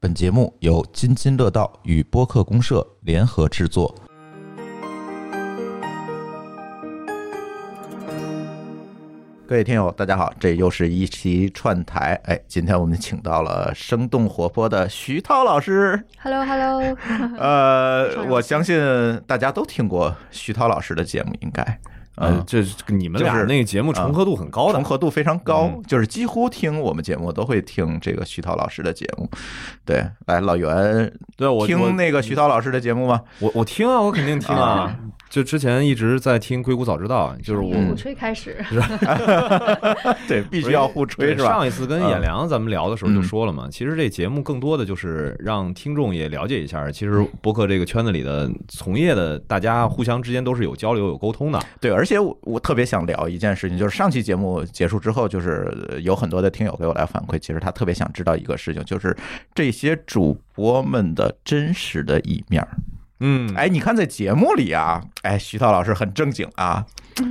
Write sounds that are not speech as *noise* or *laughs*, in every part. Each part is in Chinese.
本节目由津津乐道与播客公社联合制作。各位听友，大家好，这又是一期串台。哎，今天我们请到了生动活泼的徐涛老 *laughs* 师。 Hello Hello，呃邵，我老师相信大家都听过徐涛老师的节目，应该。呃嗯，，这是你们就俩是那个节目重合度很高的重，合度非常高，嗯就是几乎听我们节目都会听这个徐涛老师的节目。对，来老袁对我听那个徐涛老师的节目吗？我我听啊，我肯定听啊。就之前一直在听《硅谷早知道》，就是我嗯从鼓嗯吹开始，对，必须要互吹 *laughs* 对是吧？上一次跟演良咱们聊的时候嗯就说了嘛，其实这节目更多的就是让听众也了解一下，其嗯实播客这个圈子里的从业的大家互相之间都是有交流、有沟通的。对，而且我我特别想聊一件事情，就是上期节目结束之后，就是呃有很多的听友给我来反馈，其实他特别想知道一个事情，就是这些主播们的真实的一面儿。嗯，哎，你看在节目里啊，哎，徐涛老师很正经啊，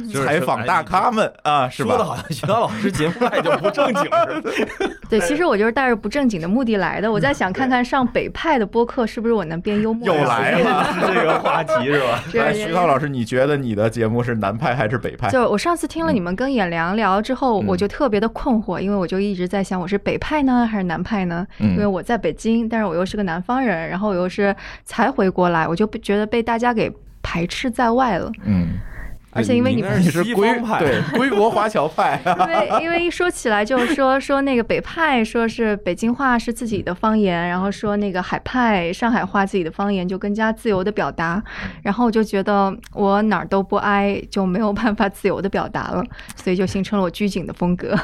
就是哎采访大咖们啊，是说的吧？好像徐涛老师节目 *laughs* 外就不正经似的。 *laughs* 对，其实我就是带着不正经的目的来的，我在想看看上北派的播客是不是我能变幽默。又来了，哎是这个话题是吧？这哎，样徐涛老师，你觉得你的节目是南派还是北派？就是我上次听了你们跟演良聊之后，嗯我就特别的困惑，因为我就一直在想我是北派呢还是南派呢？嗯因为我在北京，但是我又是个南方人，然后我又是才回过来，我就不觉得被大家给排斥在外了。嗯，而且因为你应该们是你是西归方派对归国华侨派 *laughs* 啊，因为因为一说起来就说说那个北派，说是北京话是自己的方言，然后说那个海派上海话自己的方言，就更加自由的表达。然后我就觉得我哪儿都不挨，就没有办法自由的表达了，所以就形成了我拘谨的风格。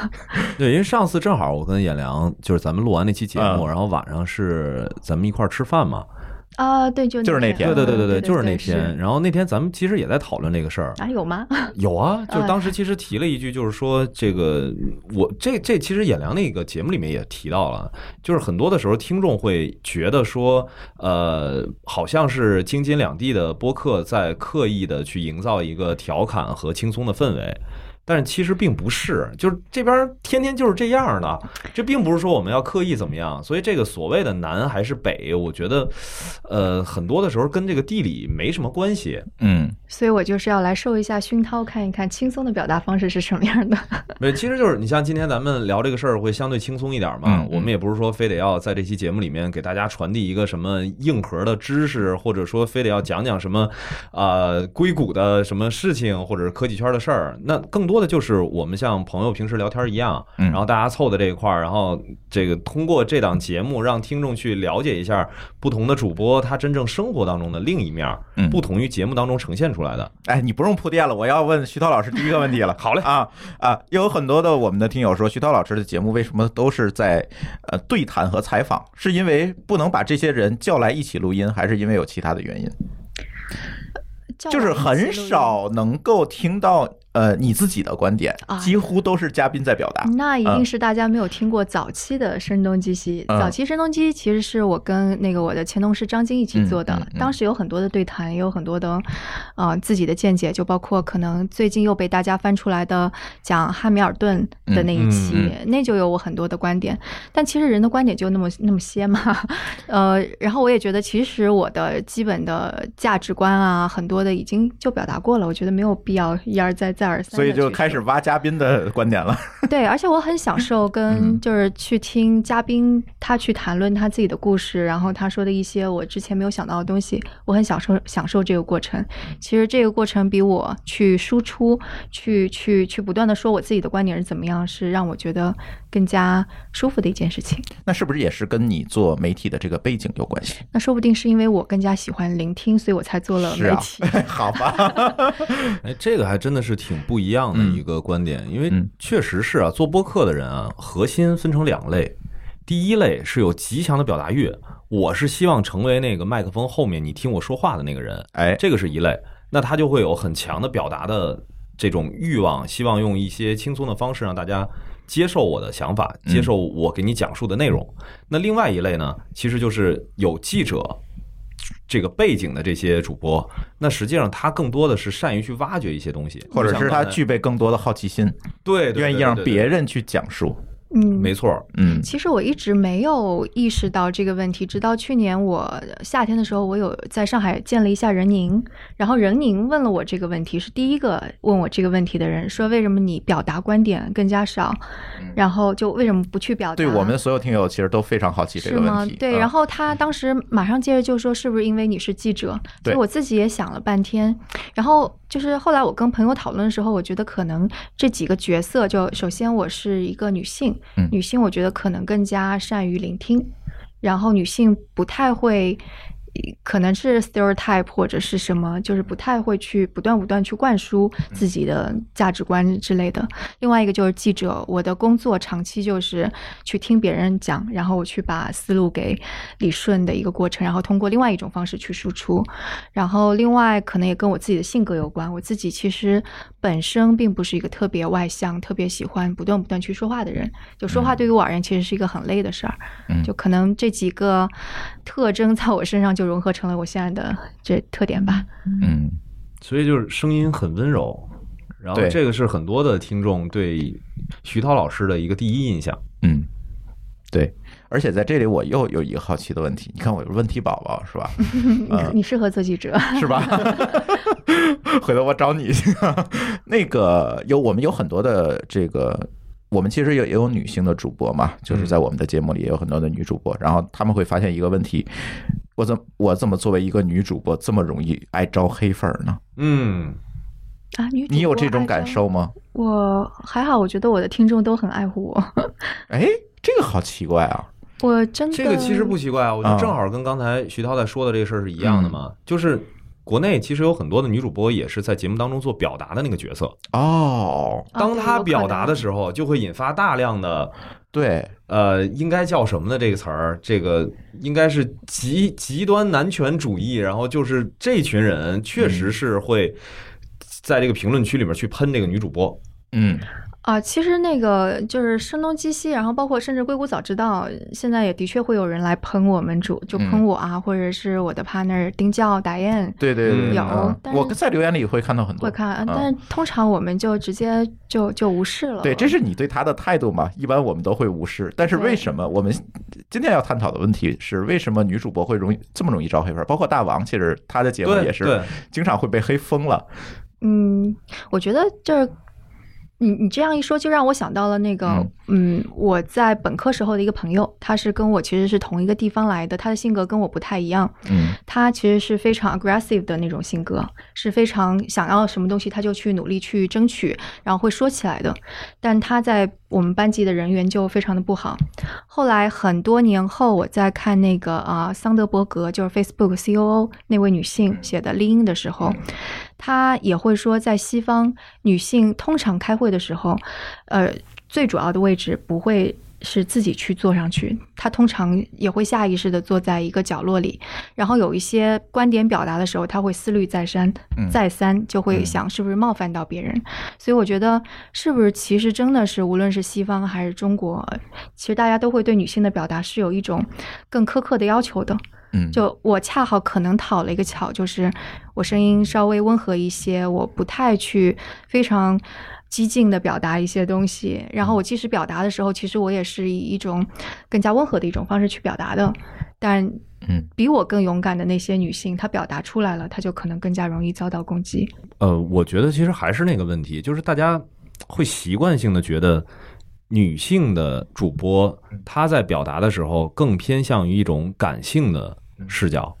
对，因为上次正好我跟演良，就是咱们录完那期节目，嗯然后晚上是咱们一块儿吃饭嘛。 *laughs* 啊，对，就就是那天对对对对对，对，就是那是天。然后那天咱们其实也在讨论这个事儿。啊，有吗？ *laughs* 有啊，就哎是当时其实提了一句，就是说这个我这这其实演良那个节目里面也提到了，就是很多的时候听众会觉得说，呃，好像是京津两地的播客在刻意的去营造一个调侃和轻松的氛围。但是其实并不是，就是这边天天就是这样的，这并不是说我们要刻意怎么样，所以这个所谓的南还是北，我觉得，呃，很多的时候跟这个地理没什么关系。嗯，所以我就是要来受一下熏陶，看一看轻松的表达方式是什么样的。对，其实就是你像今天咱们聊这个事儿会相对轻松一点嘛，嗯嗯我们也不是说非得要在这期节目里面给大家传递一个什么硬核的知识，或者说非得要讲讲什么啊硅谷的什么事情或者是科技圈的事儿，那更多的就是我们像朋友平时聊天一样，嗯然后大家凑在这一块儿，然后这个通过这档节目让听众去了解一下不同的主播他真正生活当中的另一面儿嗯，不同于节目当中呈现出来的。哎，你不用铺垫了，我要问徐涛老师第一个问题了。好嘞啊啊，有很多的我们的听友说，徐涛老师的节目为什么都是在呃对谈和采访？是因为不能把这些人叫来一起录音，还是因为有其他的原因？就是很少能够听到呃你自己的观点啊，几乎都是嘉宾在表达。那一定嗯是大家没有听过早期的声东击西。嗯早期声东击西其实是我跟那个我的前同事张晶一起做的，嗯嗯嗯当时有很多的对谈，也有很多的呃自己的见解，就包括可能最近又被大家翻出来的讲汉密尔顿的那一期，嗯那就有我很多的观点。但其实人的观点就那么那么些嘛， *laughs* 呃，然后我也觉得其实我的基本的价值观啊，很多的已经就表达过了，我觉得没有必要一而再再而三。所以就开始挖嘉宾的观点了。 *laughs* 对，而且我很享受嗯跟就是去听嘉宾他去谈论他自己的故事，然后他说的一些我之前没有想到的东西，我很享受享受这个过程。其实这个过程比我去输出、去去去不断的说我自己的观点是怎么样，是让我觉得更加舒服的一件事情。那是不是也是跟你做媒体的这个背景有关 *laughs* 系？那说不定是因为我更加喜欢聆听，所以我才做了是媒啊体。，好吧，哎，这个还真的是挺不一样的一个观点，因为嗯确实是啊，做播客的人啊，核心分成两类，第一类是有极强的表达欲，我是希望成为那个麦克风后面你听我说话的那个人，哎，这个是一类，那他就会有很强的表达的这种欲望，希望用一些轻松的方式让大家接受我的想法，嗯接受我给你讲述的内容。那另外一类呢，其实就是有记者。这个背景的这些主播，那实际上他更多的是善于去挖掘一些东西，或者是他去具备更多的好奇心，对对对愿意让对对别人去讲述。 *laughs* 嗯，没错儿，嗯其实我一直没有意识到这个问题，直到去年我夏天的时候，我有在上海见了一下任宁，然后任宁问了我这个问题，是第一个问我这个问题的人，说为什么你表达观点更加少，然后就为什么不去表达？嗯对我们所有听友其实都非常好奇这是个吗问题。？对，嗯然后他当时马上接着就说，是不是因为你是记者？对所以我自己也想了半天。然后就是后来我跟朋友讨论的时候，我觉得可能这几个角色，就首先我是一个女性，嗯女性我觉得可能更加善于聆听，然后女性不太会。可能是 stereotype 或者是什么，就是不太会去不断不断去灌输嗯自己的价值观之类的。另外一个就是记者，我的工作长期就是去听别人讲，然后我去把思路给理顺的一个过程，然后通过另外一种方式去输出。然后另外可能也跟我自己的性格有关，我自己其实本身并不是一个特别外向、特别喜欢不断不断去说话的人，就说话对于我而言其实是一个很累的事儿。嗯就可能这几个特征在我身上就融合成了我现在的这特点吧。嗯，所以就是声音很温柔。然后对这个是很多的听众对徐涛老师的一个第一印象。嗯，对。而且在这里我又有一个好奇的问题，你看我有问题宝宝是吧？嗯你适合做记者，是吧？ *laughs* 回头我找你去。那个有我们有很多的这个，我们其实也也有女性的主播嘛，就是在我们的节目里也有很多的女主播，然后他们会发现一个问题：我怎么我怎么作为一个女主播这么容易挨招黑粉儿呢？嗯，啊，女主你有播这种爱感上受吗？我还好，我觉得我的听众都很爱护我。 *laughs* 哎，这个好奇怪啊！我真的这个其实不奇怪啊，我觉啊嗯得正好跟刚才徐涛在说的这事儿是一样的嘛，就是。国内其实有很多的女主播也是在节目当中做表达的那个角色，哦，啊当对她有可表达能的时候，就会引发大量的对，呃，应该叫什么呢？这个词儿，这个应该是极极端男权主义。然后就是这群人确嗯实是会在这个评论区里面去喷这个女主播。嗯，啊，其实那个就是声东击西，然后包括甚至硅谷早知道，现在也的确会有人来喷我们主，就喷嗯我啊，或者是我的 partner 丁教、打燕对对对，嗯有嗯但是我在留言里会看到很多，会看，啊嗯但是通常我们就直接就就无视了。对，这是你对他的态度嘛？一般我们都会无视，但是对为什么我们今天要探讨的问题是，为什么女主播会容易这么容易招黑粉？包括大王，其实他的节目对也是对，经常会被黑疯了。嗯，我觉得就是你你这样一说，就让我想到了那个，嗯我在本科时候的一个朋友，他是跟我其实是同一个地方来的，他的性格跟我不太一样，嗯他其实是非常 aggressive 的那种性格，是非常想要什么东西他就去努力去争取，然后会说起来的。但他在我们班级的人缘就非常的不好。后来很多年后，我在看那个啊、桑德伯格，就是 Facebook COO 那位女性写的《丽英》的时候，她也会说，在西方女性通常开会的时候，呃，最主要的位置不会。是自己去坐上去，她通常也会下意识的坐在一个角落里，然后有一些观点表达的时候，她会思虑再三，嗯再三就会想是不是冒犯到别人，所以我觉得是不是其实真的是无论是西方还是中国，其实大家都会对女性的表达是有一种更苛刻的要求的。嗯，就我恰好可能讨了一个巧，就是我声音稍微温和一些，我不太去非常激进的表达一些东西。然后我即使表达的时候，其实我也是以一种更加温和的一种方式去表达的。但嗯比我更勇敢的那些女性，她表达出来了，她就可能更加容易遭到攻击。呃，我觉得其实还是那个问题，就是大家会习惯性的觉得女性的主播她在表达的时候更偏向于一种感性的视角，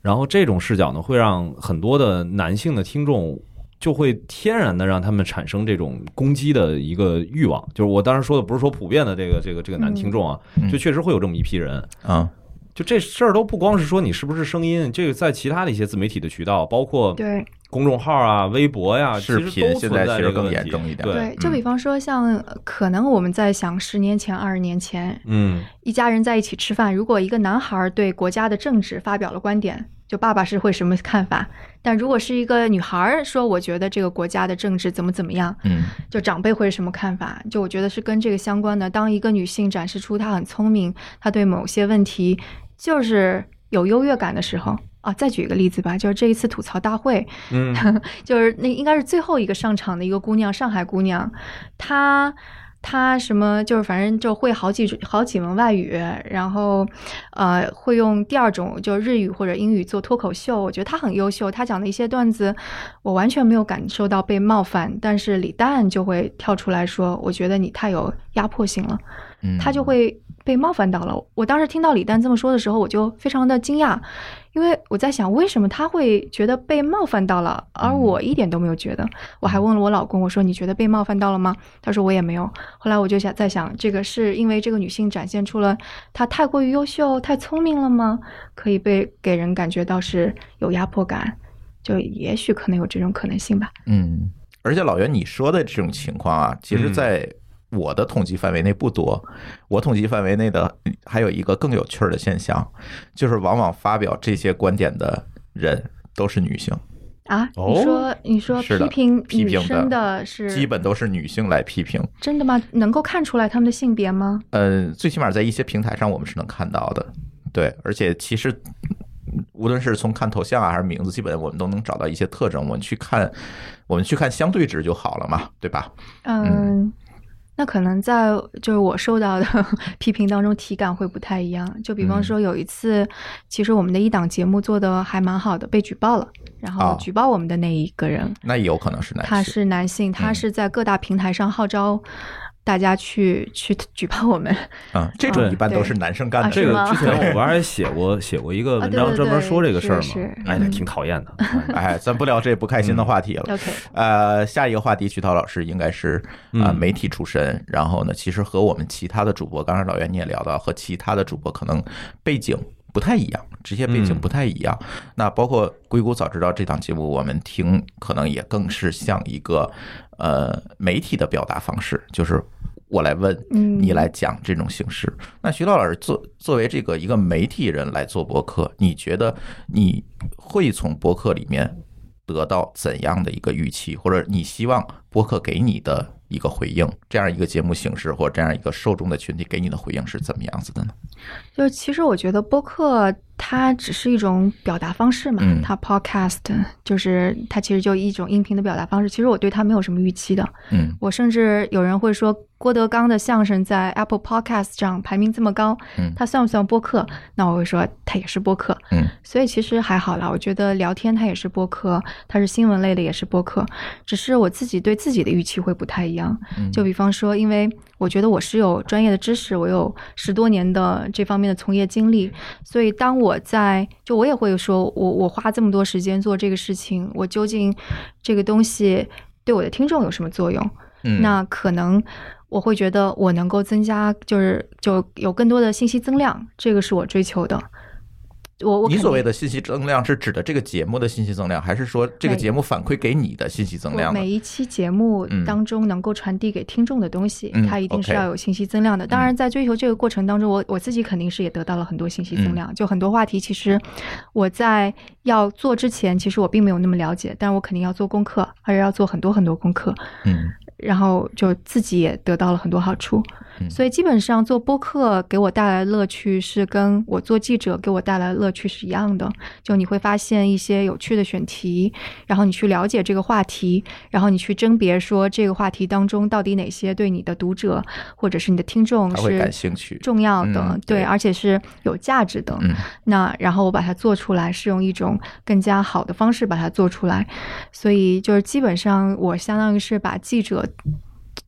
然后这种视角呢，会让很多的男性的听众。就会天然的让他们产生这种攻击的一个欲望，就是我当然说的不是说普遍的这个这个这个男听众啊，嗯就确实会有这么一批人，嗯啊，就这事儿都不光是说你是不是声音，这个在其他的一些自媒体的渠道，包括对，公众号啊、微博呀、其视实频都现存在其这实个更问严题重一点。对对，就比嗯方说像，呃可能我们在想十年前、二十年前，嗯，一家人在一起吃饭，如果一个男孩儿对国家的政治发表了观点，就爸爸是会什么看法？但如果是一个女孩儿说，我觉得这个国家的政治怎么怎么样，嗯就长辈会是什么看法？就我觉得是跟这个相关的。当一个女性展示出她很聪明，她对某些问题就是有优越感的时候。啊，再举一个例子吧，就是这一次吐槽大会，嗯， *laughs* 就是那应该是最后一个上场的一个姑娘，上海姑娘，她他什么就是反正就会好几好几门外语，然后呃会用第二种就日语或者英语做脱口秀，我觉得他很优秀，他讲的一些段子我完全没有感受到被冒犯，但是李诞就会跳出来说，我觉得你太有压迫性了，嗯他就会被冒犯到了。我当时听到李诞这么说的时候，我就非常的惊讶，因为我在想，为什么他会觉得被冒犯到了，而嗯我一点都没有觉得。我还问了我老公，我说你觉得被冒犯到了吗？他说我也没有。后来我就想在想，这个是因为这个女性展现出了她太过于优秀、太聪明了吗？可以被给人感觉到是有压迫感，就也许可能有这种可能性吧。嗯，而且老袁你说的这种情况啊，其实在我的统计范围内不多。我统计范围内的还有一个更有趣儿的现象，就是往往发表这些观点的人都是女性，啊，哦你说你说是的批评批女评生的是基本都是女性来批评。真的吗？能够看出来他们的性别吗？呃，最起码在一些平台上我们是能看到的，对，而且其实。嗯无论是从看头像啊，还是名字，基本我们都能找到一些特征。我们去看，我们去看相对值就好了嘛，对吧？嗯，那可能在就是我受到的 *laughs* 批评当中，体感会不太一样。就比方说有一次，其实我们的一档节目做的还蛮好的，被举报了，然后哦举报我们的那一个人，那也有可能是男性。他啊是男性，他嗯是在各大平台上号召大家去去举报我 *laughs* 们，嗯，这种对一般都对是男生干啊的。这是个吗之前我不是还写过写过一个文啊章对对专门说这个事儿对是吗？哎，嗯挺讨厌 *laughs* 的。 *laughs* 哎，咱不聊这不开心嗯的话题了。 OK 呃，下一个话题，徐涛老师应该是啊、嗯媒体出身，然后呢，其实和我们其他的主播，刚才老袁你也聊到，和其他的主播可能背景不太一样，职业背景嗯，不太一样。那包括硅谷早知道这档节目，我们听可能也更是像一个呃媒体的表达方式，就是我来问嗯你来讲这种形式。那徐老师作作为这个一个媒体人来做播客，你觉得你会从播客里面得到怎样的一个预期，或者你希望播客给你的一个回应？这样一个节目形式或者这样一个受众的群体给你的回应是怎么样子的呢？就是其实我觉得播客它只是一种表达方式嘛，嗯它 podcast 就是它其实就一种音频的表达方式。其实我对它没有什么预期的，嗯我甚至有人会说郭德纲的相声在 Apple Podcast 上排名这么高嗯，它算不算播客？那我会说它也是播客。嗯所以其实还好啦，我觉得聊天它也是播客，它是新闻类的也是播客，只是我自己对自己的预期会不太一样。嗯就比方说，因为我觉得我是有专业的知识，我有十多年的这方面的从业经历，所以当我在就我也会说，我我花这么多时间做这个事情，我究竟这个东西对我的听众有什么作用？嗯那可能我会觉得我能够增加，就是就有更多的信息增量，这个是我追求的。我我你肯所谓定的信息增量是指的这个节目的信息增量，还是说这个每节目反馈给你的信息增我量呢每？一期节目嗯当中能够传递给听众的东西，嗯它一定是 OK 嗯要有信息增量的。当然，在追求这个过程当中，我我自己肯定是也得到了很多信息嗯增量。就很多话题，其实我在要做之前，其实我并没有那么了解，但我肯定要做功课，而且要做很多很多功课。嗯然后就自己也得到了很多好处，嗯所以基本上做播客给我带来的乐趣是跟我做记者给我带来的乐趣是一样的。就你会发现一些有趣的选题，然后你去了解这个话题，然后你去甄别说这个话题当中到底哪些对你的读者或者是你的听众他会感是兴趣。重要的，嗯对对，而且是有价值的。嗯那然后我把它做出来，是用一种更加好的方式把它做出来，所以就是基本上我相当于是把记者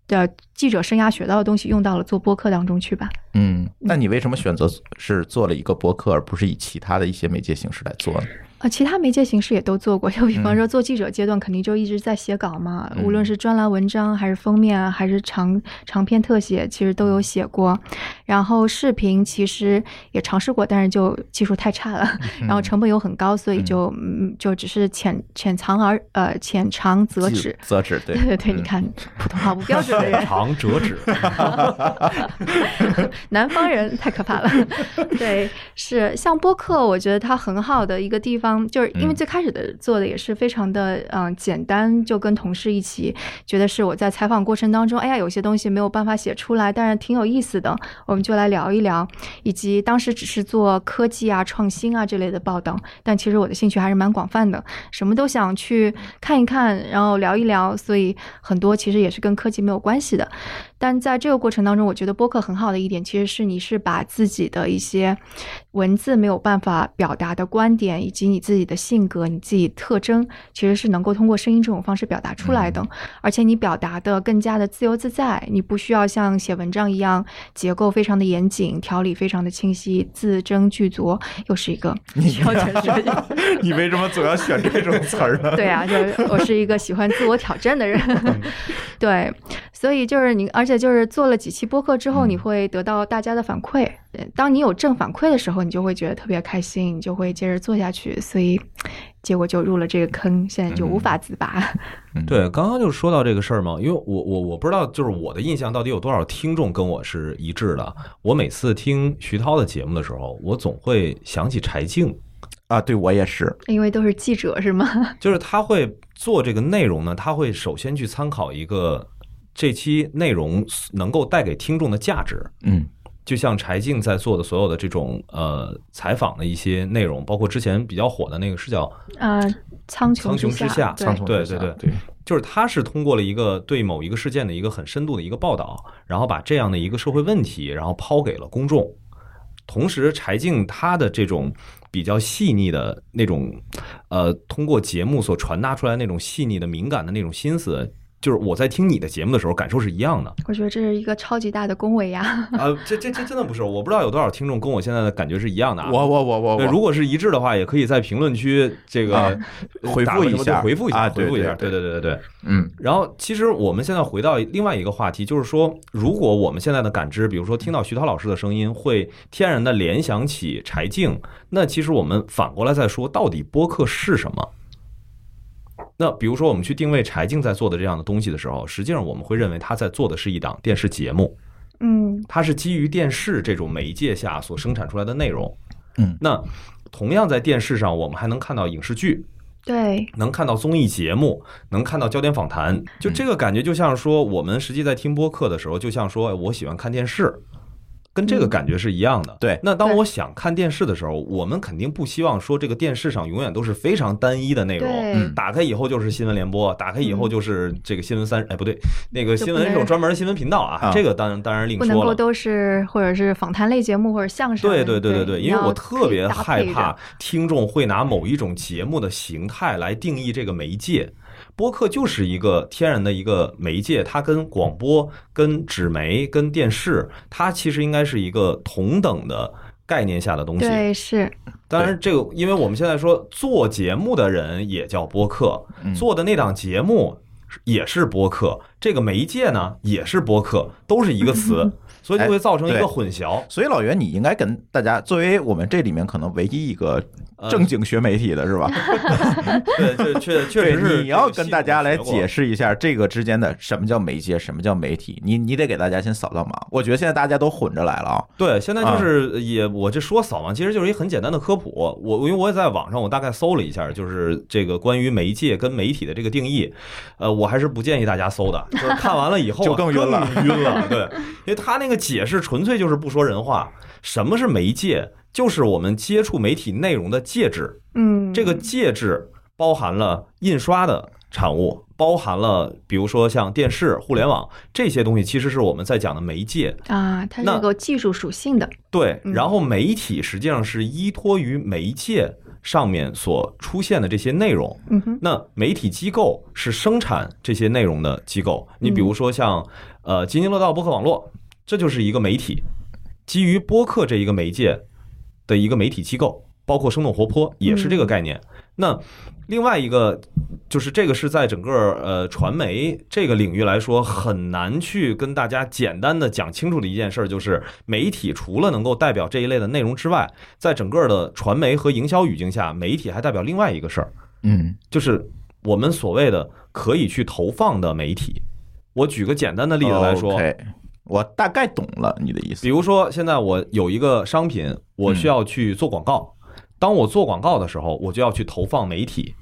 的记者生涯学到的东西用到了做播客当中去吧。嗯，那你为什么选择是做了一个博客，而不是以其他的一些媒介形式来做呢？啊，其他媒介形式也都做过，就比方说做记者阶段，肯定就一直在写稿嘛，嗯无论是专栏文章还是封面啊，还是长长篇特写，其实都有写过。然后视频其实也尝试过，但是就技术太差了，然后成本又很高，所以就嗯就只是浅浅尝而呃浅尝辄止。择止， *laughs* 对对对对，你看嗯普通话不标准的人哎长折 *laughs* 纸，南方人太可怕了。对，是像播客，我觉得它很好的一个地方，就是因为嗯最开始的做的也是非常的嗯、呃简单，就跟同事一起，觉得是我在采访过程当中，哎呀，有些东西没有办法写出来，但是挺有意思的，我们就来聊一聊，以及当时只是做科技啊、创新啊这类的报道，但其实我的兴趣还是蛮广泛的，什么都想去看一看，然后聊一聊，所以很多其实也是跟科技没有关系的。但在这个过程当中，我觉得播客很好的一点，其实是你是把自己的一些文字没有办法表达的观点，以及你自己的性格、你自己特征，其实是能够通过声音这种方式表达出来的。而且你表达的更加的自由自在，你不需要像写文章一样结构非常的严谨，条理非常的清晰，字斟句酌，又是一个你需要全身。你为什么总要选这种词儿 *laughs* 呢？对啊，就是我是一个喜欢自我挑战的人，嗯 *laughs* 对，所以就是你，而且就是做了几期播客之后，嗯你会得到大家的反馈。呃当你有正反馈的时候，你就会觉得特别开心，你就会接着做下去。所以，结果就入了这个坑，现在就无嗯法自拔。 *laughs* 对，刚刚就说到这个事儿嘛，因为我我我不知道，就是我的印象到底有多少听众跟我是一致的。我每次听徐涛的节目的时候，我总会想起柴静，啊，对我也是，因为都是记者是吗？就是他会做这个内容呢，他会首先去参考一个这期内容能够带给听众的价值。嗯就像柴静在做的所有的这种呃采访的一些内容，包括之前比较火的那个是叫啊，苍苍穹穹之下对苍穹对之对下对就是他是通过了一个对某一个事件的一个很深度的一个报道，然后把这样的一个社会问题，然后抛给了公众。同时，柴静她的这种比较细腻的那种，呃，通过节目所传达出来那种细腻的、敏感的那种心思，就是我在听你的节目的时候感受是一样的。我觉得这是一个超级大的恭维呀！ *laughs* 啊，这这这真的不是，我不知道有多少听众跟我现在的感觉是一样的啊。我我我我对，我如果是一致的话，也可以在评论区这个啊呃回复打个什么一下对回复一下，啊回复一下，对对对对对对。嗯然后，其实我们现在回到另外一个话题，就是说，如果我们现在的感知，比如说听到徐涛老师的声音，会天然的联想起柴静，那其实我们反过来再说，到底播客是什么？那比如说，我们去定位柴静在做的这样的东西的时候，实际上我们会认为他在做的是一档电视节目，嗯，它是基于电视这种媒介下所生产出来的内容。嗯，那同样在电视上，我们还能看到影视剧，对，能看到综艺节目，能看到焦点访谈，就这个感觉，就像说我们实际在听播客的时候，就像说哎我喜欢看电视。跟这个感觉是一样的。对那当我想看电视的时候，我们肯定不希望说这个电视上永远都是非常单一的内容。对，嗯打开以后就是新闻联播，打开以后嗯就是这个新闻三，哎不对，那个就新不闻能这种专门的新闻频道啊啊，这个当然当然另不说能够了。都是或者是访谈类节目或者相声。对对对对对，对，因为你要我特别可以搭配害着怕。听众会拿某一种节目的形态来定义这个媒介。播客就是一个天然的一个媒介，它跟广播、跟纸媒、跟电视，它其实应该是一个同等的概念下的东西。对，是当然，这个因为我们现在说做节目的人也叫播客，嗯做的那档节目也是播客，这个媒介呢也是播客，都是一个 *laughs* 词，所以就会造成一哎个对混淆。所以老袁，你应该跟大家作为我们这里面可能唯一一个呃正经学媒体的是吧？ *laughs* 对，这确确实是对，你要跟大家来这个系统学解过释一下这个之间的什么叫媒介，什么叫媒体，你你得给大家先扫到盲。我觉得现在大家都混着来了啊，对，现在就是也我这说扫嘛，其实就是一很简单的科普。我因为我也在网上我大概搜了一下，就是这个关于媒介跟媒体的这个定义，呃，我还是不建议大家搜的，就是看完了以后啊就更晕了更晕了。对，因为他那个解释纯粹就是不说人话。什么是媒介？就是我们接触媒体内容的介质。嗯，这个介质包含了印刷的产物，包含了比如说像电视、互联网这些东西，其实是我们在讲的媒介。啊，它是那一个技术属性的，对，嗯然后媒体实际上是依托于媒介上面所出现的这些内容。嗯哼，那媒体机构是生产这些内容的机构，你比如说像呃津津乐道播客网络，这就是一个媒体，基于播客这一个媒介的一个媒体机构，包括生动活泼也是这个概念。那另外一个就是这个是在整个呃传媒这个领域来说很难去跟大家简单的讲清楚的一件事儿，就是媒体除了能够代表这一类的内容之外，在整个的传媒和营销语境下，媒体还代表另外一个事儿。嗯就是我们所谓的可以去投放的媒体。我举个简单的例子来说 OK，我大概懂了你的意思哦比。如说现在我有一个商品，我需要去做广告。当我做广告的时候，我就要去投放媒体。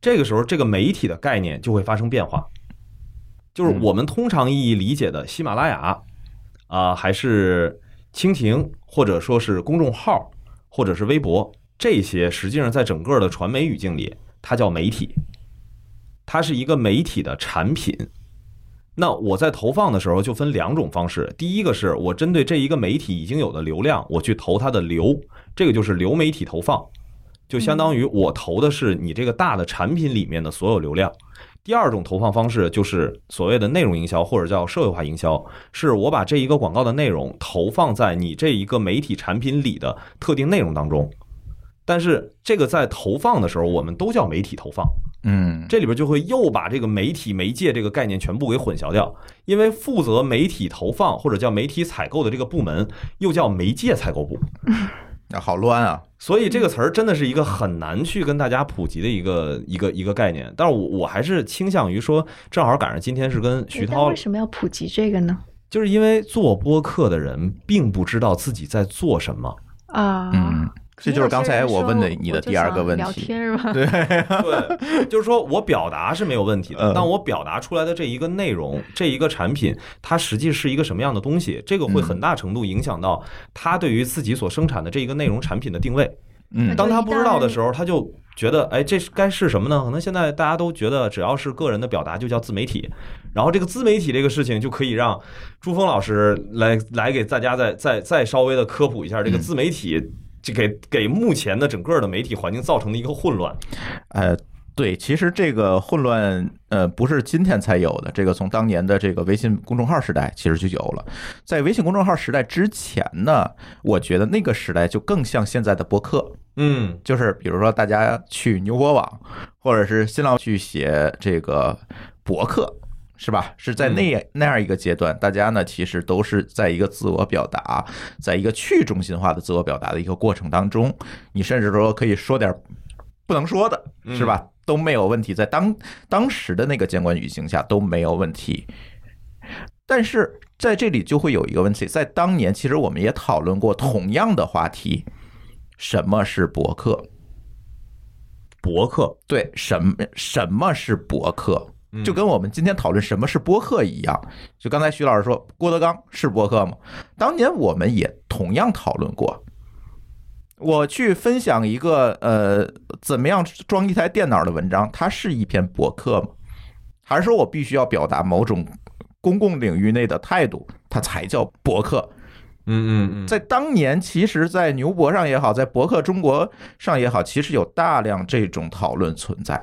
这个时候，这个媒体的概念就会发生变化，嗯就是我们通常意义理解的喜马拉雅啊、还是蜻蜓，或者说是公众号，或者是微博，这些实际上在整个的传媒语境里，它叫媒体，它是一个媒体的产品。那我在投放的时候就分两种方式，第一个是我针对这一个媒体已经有的流量，我去投它的流，这个就是流媒体投放，就相当于我投的是你这个大的产品里面的所有流量。第二种投放方式就是所谓的内容营销，或者叫社会化营销，是我把这一个广告的内容投放在你这一个媒体产品里的特定内容当中。但是这个在投放的时候，我们都叫媒体投放，嗯，这里边就会又把这个媒体媒介这个概念全部给混淆掉，因为负责媒体投放或者叫媒体采购的这个部门又叫媒介采购部，啊好乱啊，所以这个词儿真的是一个很难去跟大家普及的一个一个一个概念。但是我我还是倾向于说，正好赶上今天是跟徐但涛为，什么要普及这个呢？就是因为做播客的人并不知道自己在做什么，啊，嗯，这就是刚才我我问的你的就第二个想问聊题，天嘛，对，就是说我表达是没有问题的嗯，但我表达出来的这一个内容，这一个产品，它实际是一个什么样的东西，这个会嗯很大程度影响到他对于自己所生产的这一个内容产品的定位。嗯当他不知道的时候，他就觉得，哎，这是该是什么呢？可能现在大家都觉得，只要是个人的表达就叫自媒体，然后这个自媒体这个事情就可以让朱峰老师来来给大家再再再稍微的科普一下这嗯个自媒体。这给给目前的整个的媒体环境造成的一个混乱，呃，对，其实这个混乱，呃，不是今天才有的，这个从当年的这个微信公众号时代其实就有了。在微信公众号时代之前呢，我觉得那个时代就更像现在的博客，嗯，就是比如说大家去牛博网或者是新浪去写这个博客。是吧？是在那、那样一个阶段，大家呢其实都是在一个自我表达，在一个去中心化的自我表达的一个过程当中，你甚至说可以说点不能说的，是吧？都没有问题，在当当时的那个监管语境下都没有问题。但是在这里就会有一个问题，在当年其实我们也讨论过同样的话题，什么是博客？博客，对，什么什么是博客？嗯就跟我们今天讨论什么是播客一样，就刚才徐老师说郭德纲是播客吗？当年我们也同样讨论过。我去分享一个呃，怎么样装一台电脑的文章，它是一篇博客吗？还是说我必须要表达某种公共领域内的态度，它才叫博客？嗯嗯嗯，在当年，其实，在牛博上也好，在博客中国上也好，其实有大量这种讨论存在。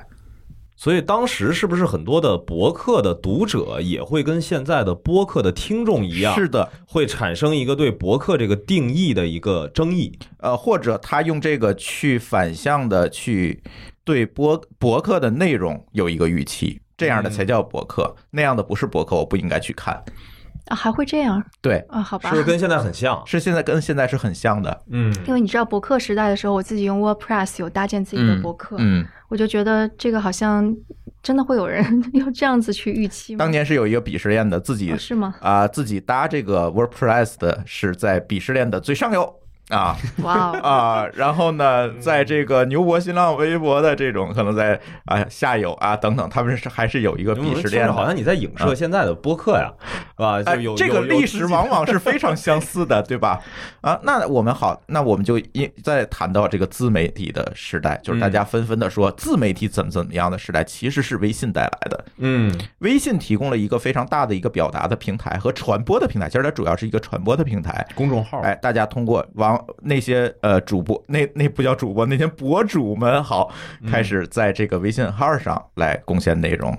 所以当时是不是很多的博客的读者也会跟现在的播客的听众一样，是的，会产生一个对博客这个定义的一个争议？呃，或者他用这个去反向的去对博博客的内容有一个预期，这样的才叫博客，嗯那样的不是博客，我不应该去看。啊还会这样对，啊？好是吧不，是跟现在 *laughs* 很像？是现在跟现在是很像的。嗯因为你知道博客时代的时候，我自己用 WordPress 有搭建自己的博客，嗯，我就觉得这个好像真的会有人 *laughs* 要这样子去预期吗？当年是有一个鄙视链的，自己哦是吗？啊、自己搭这个 WordPress 的是在鄙视链的最上游啊。哇哦，啊， *laughs* 然后呢，在这个牛博、新浪微博的这种可能在啊下游啊等等，他们是还是有一个我们鄙视听着链的。好像你在影射现在的播客呀，是吧？哎就有，这个有有历史 *laughs* 往往是非常相似的，对吧？啊，那我们好，那我们就一再谈到这个自媒体的时代，就是大家嗯纷纷的说自媒体怎么怎么样的时代，其实是微信带来的。嗯微信提供了一个非常大的一个表达的平台和传播的平台，其实它主要是一个传播的平台。公众号哎，大家通过网那些呃主播，那那不叫主播，那些博主们好，嗯开始在这个微信号上来贡献内容，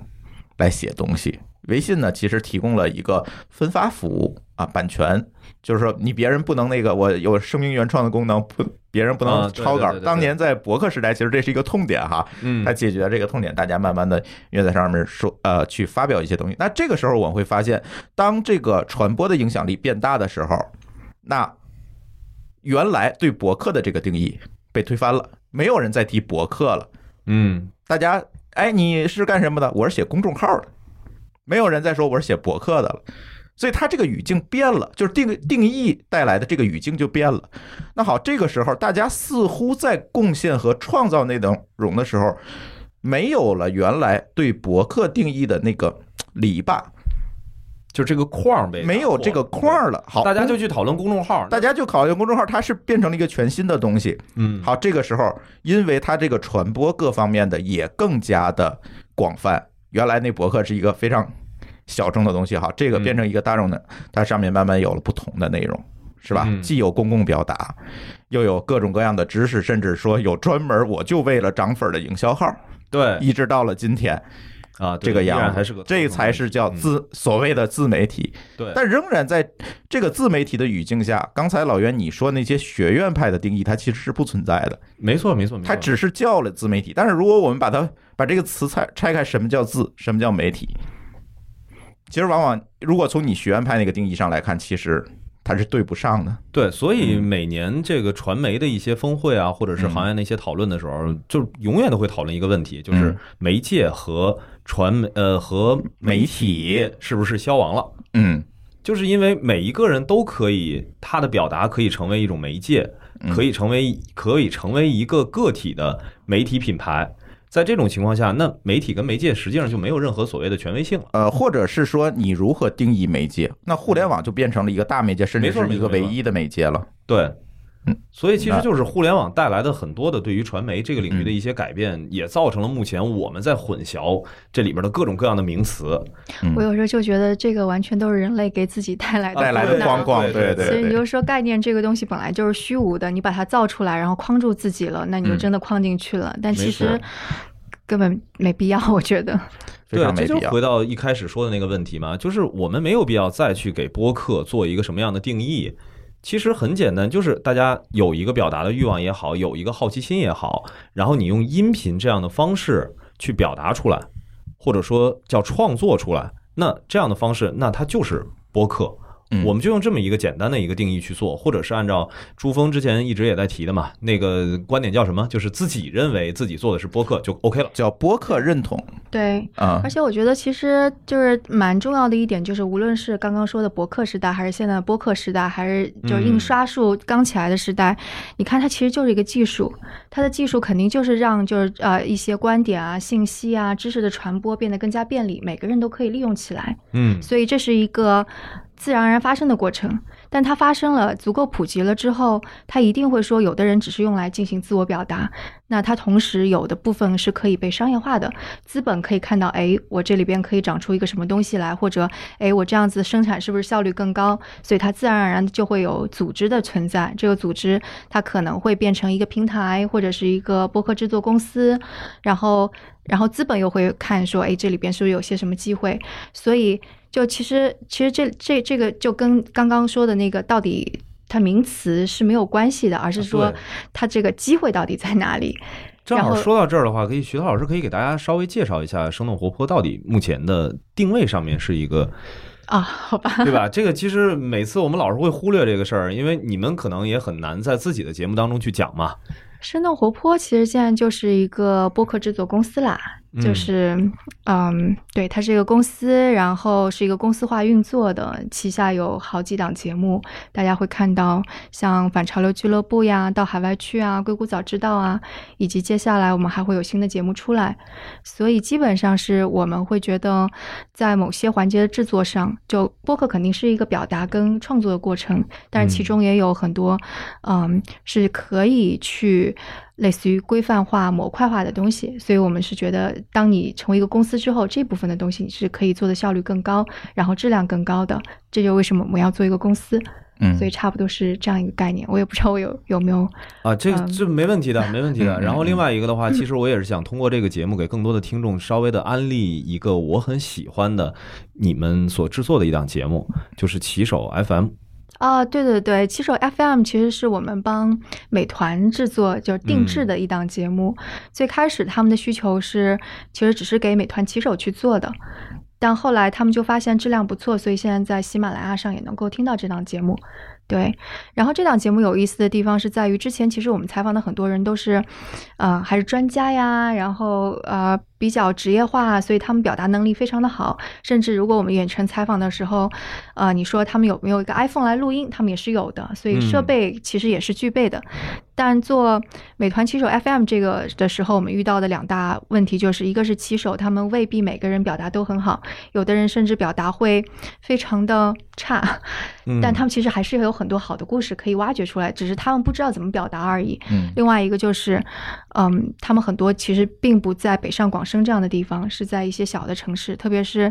来写东西。微信呢，其实提供了一个分发服务啊，版权，就是说你别人不能那个，我有声明原创的功能，不别人不啊能对抄对稿对。对当对年在博客时代，其实这是一个痛点哈，嗯它解决了这个痛点，大家慢慢的越在上面说呃去发表一些东西。那这个时候我会发现，当这个传播的影响力变大的时候，那原来对博客的这个定义被推翻了，没有人再提博客了。嗯大家，哎，你是干什么的？我是写公众号的，没有人再说我是写博客的了。所以它这个语境变了，就是定定义带来的这个语境就变了。那好，这个时候大家似乎在贡献和创造内容的时候，没有了原来对博客定义的那个篱笆，就这个框儿呗，没有这个框儿了。好，大家就去讨论公众号，大家就考虑公众号，它是变成了一个全新的东西。嗯好，这个时候，因为它这个传播各方面的也更加的广泛，原来那博客是一个非常小众的东西好，这嗯个变成一个大众的，它上面慢慢有了不同的内容。是吧？嗯既有公共表达，又有各种各样的知识，甚至说有专门我就为了涨粉的营销号，对一直到了今天啊，对这个依然样还是个子，这才是叫自所谓的自媒体。嗯对，但仍然在这个自媒体的语境下，刚才老袁你说那些学院派的定义，它其实是不存在的，没错没错，没错它只是叫了自媒体。但是如果我们把它把这个词拆拆开，什么叫自，什么叫媒体，其实往往如果从你学院派那个定义上来看，其实它是对不上的。对，所以嗯每年这个传媒的一些峰会啊，或者是行业的一些讨论的时候，就永远都会讨论一个问题，就是嗯媒介和传媒呃和媒媒体体是不是消亡了？嗯，就是因为每一个人都可以，他的表达可以成为一种媒介，嗯可以成为可以成为一个个体的媒体品牌。在这种情况下，那媒体跟媒介实际上就没有任何所谓的权威性了。呃，或者是说你如何定义媒介？那互联网就变成了一个大媒介，甚没至错是没一错个没唯错一的媒介了。对，嗯，所以其实那嗯就是互联网带来的很多的对于传媒这个领域的一些改变，也造成了目前我们在混淆这里边的各种各样的名词。我有时候就觉得这个完全都是人类给自己带啊来嗯的带来的困难啊框框对对所以你就说概念这个东西本来就是虚无的，你把它造出来，然后框住自己了，那你就嗯真的框进去了。但其没实根本没必要，我觉 *laughs* 得。非常这没就必是要回。到一开始说的那个问题嘛，就是我们没有必要再去给播客做一个什么样的定义。其实很简单，就是大家有一个表达的欲望也好，有一个好奇心也好，然后你用音频这样的方式去表达出来，或者说叫创作出来，那这样的方式，那它就是播客。嗯我们就用这么一个简单的一个定义去做，或者是按照朱峰之前一直也在提的嘛，那个观点叫什么？就是自己认为自己做的是播客就 OK 了。叫播客认同对，啊而，且我觉得其实就是蛮重要的一点，就是无论是刚刚说的博客时代，还是现在的播客时代，还是嗯就是印刷术刚起来的时代，你看它其实就是一个技术，它的技术肯定就是让就是呃一些观点啊、信息啊、知识的传播变得更加便利，每个人都可以利用起来。嗯，所以这是一个自然而然发生的过程。但它发生了，足够普及了之后，它一定会说，有的人只是用来进行自我表达，那它同时有的部分是可以被商业化的，资本可以看到，哎，我这里边可以长出一个什么东西来，或者，哎，我这样子生产是不是效率更高？所以它自然而然就会有组织的存在，这个组织它可能会变成一个平台，或者是一个播客制作公司，然后，然后资本又会看说，哎，这里边是不是有些什么机会？所以就其实其实这这这个就跟刚刚说的那个到底它名词是没有关系的，而是啊说对它这个机会到底在哪里？正好然后说到这儿的话，可以徐涛老师可以给大家稍微介绍一下生动活泼到底目前的定位上面是一 *laughs* 个，啊，好吧，对吧？这个其实每次我们老是会忽略这个事儿，因为你们可能也很难在自己的节目当中去讲嘛。生动活泼其实现在就是一个播客制作公司啦，嗯就是嗯，对，它是一个公司，然后是一个公司化运作的，旗下有好几档节目，大家会看到像反潮流俱乐部呀、到海外去啊、硅谷早知道啊，以及接下来我们还会有新的节目出来，所以基本上是我们会觉得，在某些环节的制作上，就播客肯定是一个表达跟创作的过程，但是其嗯中也有很多，嗯，是可以去类似于规范化、模块化的东西。所以我们是觉得，当你成为一个公司之后，这部分的东西你是可以做的效率更高，然后质量更高的。这就为什么我们要做一个公司，嗯所以差不多是这样一个概念。我也不知道我有有没有啊，这个嗯这没问题的，没问题的。嗯然嗯后另外一个的话，其实我也是想通过这个节目给更多的听众稍微的安利一个我很喜欢的你们所制作的一档节目，就是骑手 FM。啊，对对对，骑手 FM 其实是我们帮美团制作，就是定制嗯的一档节目。最开始他们的需求是，其实只是给美团骑手去做的，但后来他们就发现质量不错，所以现在在喜马拉雅上也能够听到这档节目。对，然后这档节目有意思的地方是在于，之前其实我们采访的很多人都是，呃，还是专家呀，然后呃比较职业化，所以他们表达能力非常的好。甚至如果我们远程采访的时候，呃，你说他们有没有一个 iPhone 来录音，他们也是有的，所以设嗯备其实也是具备的。但做美团骑手 FM 这个的时候，我们遇到的两大问题就是，一个是骑手他们未必每个人表达都很好，有的人甚至表达会非常的差，嗯但他们其实还是有很多好的故事可以挖掘出来，只是他们不知道怎么表达而已。嗯另外一个就是，嗯，他们很多其实并不在北上广深这样的地方，是在一些小的城市，特别是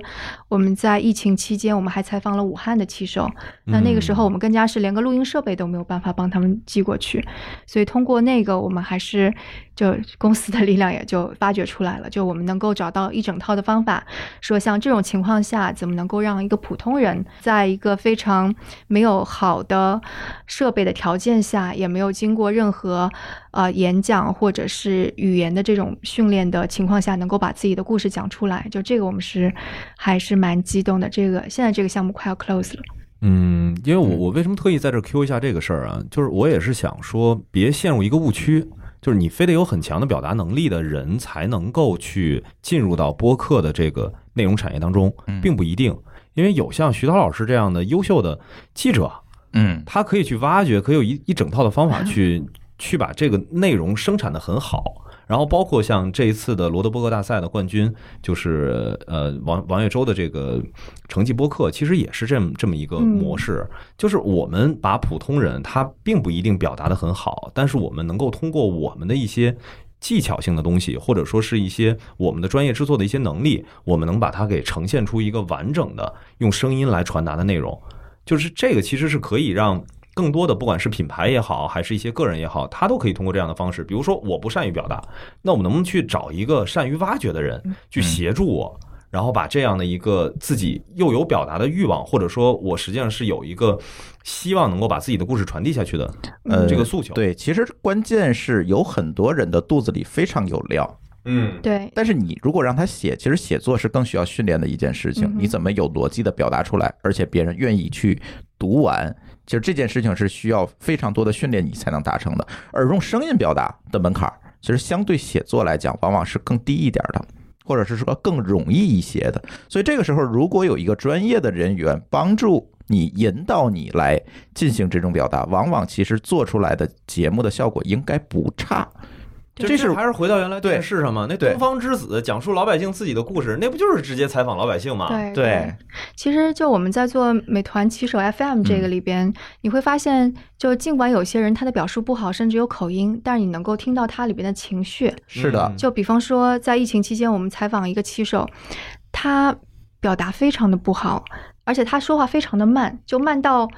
我们在疫情期间，我们还采访了武汉的骑手，那那个时候我们更加是连个录音设备都没有办法帮他们寄过去，所以通过那个，我们还是就公司的力量也就发掘出来了，就我们能够找到一整套的方法，说像这种情况下，怎么能够让一个普通人，在一个非常没有好的设备的条件下，也没有经过任何呃演讲或者是语言的这种训练的情况下，能够把自己的故事讲出来，就这个我们是还是蛮激动的。这个现在这个项目快要 close 了，嗯，因为我我为什么特意在这儿 Q 一下这个事儿啊？就是我也是想说，别陷入一个误区，就是你非得有很强的表达能力的人才能够去进入到播客的这个内容产业当中嗯，并不一定。因为有像徐涛老师这样的优秀的记者，嗯他可以去挖掘，可以有一一整套的方法去去把这个内容生产的很好。然后包括像这一次的罗德伯格大赛的冠军，就是呃王王岳洲的这个成绩播客，其实也是这么这么一个模式，就是我们把普通人他并不一定表达的很好，但是我们能够通过我们的一些。技巧性的东西，或者说是一些我们的专业制作的一些能力，我们能把它给呈现出一个完整的用声音来传达的内容。就是这个其实是可以让更多的，不管是品牌也好，还是一些个人也好，他都可以通过这样的方式。比如说，我不善于表达，那我们能不能去找一个善于挖掘的嗯人去协助我？然后把这样的一个自己又有表达的欲望，或者说我实际上是有一个希望能够把自己的故事传递下去的，呃这个诉求。，对，其实关键是有很多人的肚子里非常有料，嗯，对，但是你如果让他写，其实写作是更需要训练的一件事情嗯。哼你怎么有逻辑的表达出来，而且别人愿意去读完，其实这件事情是需要非常多的训练你才能达成的。而用声音表达的门槛儿，其实相对写作来讲，往往是更低一点儿的。或者是说更容易一些的，所以这个时候如果有一个专业的人员帮助你、引导你来进行这种表达，往往其实做出来的节目的效果应该不差。就这是还是回到原来对电视上嘛，那《对东方之子》讲述老百姓自己的故事，那不就是直接采访老百姓吗？啊对对，其实就我们在做美团骑手 FM 这个里边，你会发现，就尽管有些人他的表述不好，甚至有口音，但是你能够听到他里边的情绪。是的嗯，就比方说，在疫情期间，我们采访一个骑手，他表达非常的不好，而且他说话非常的慢，就慢到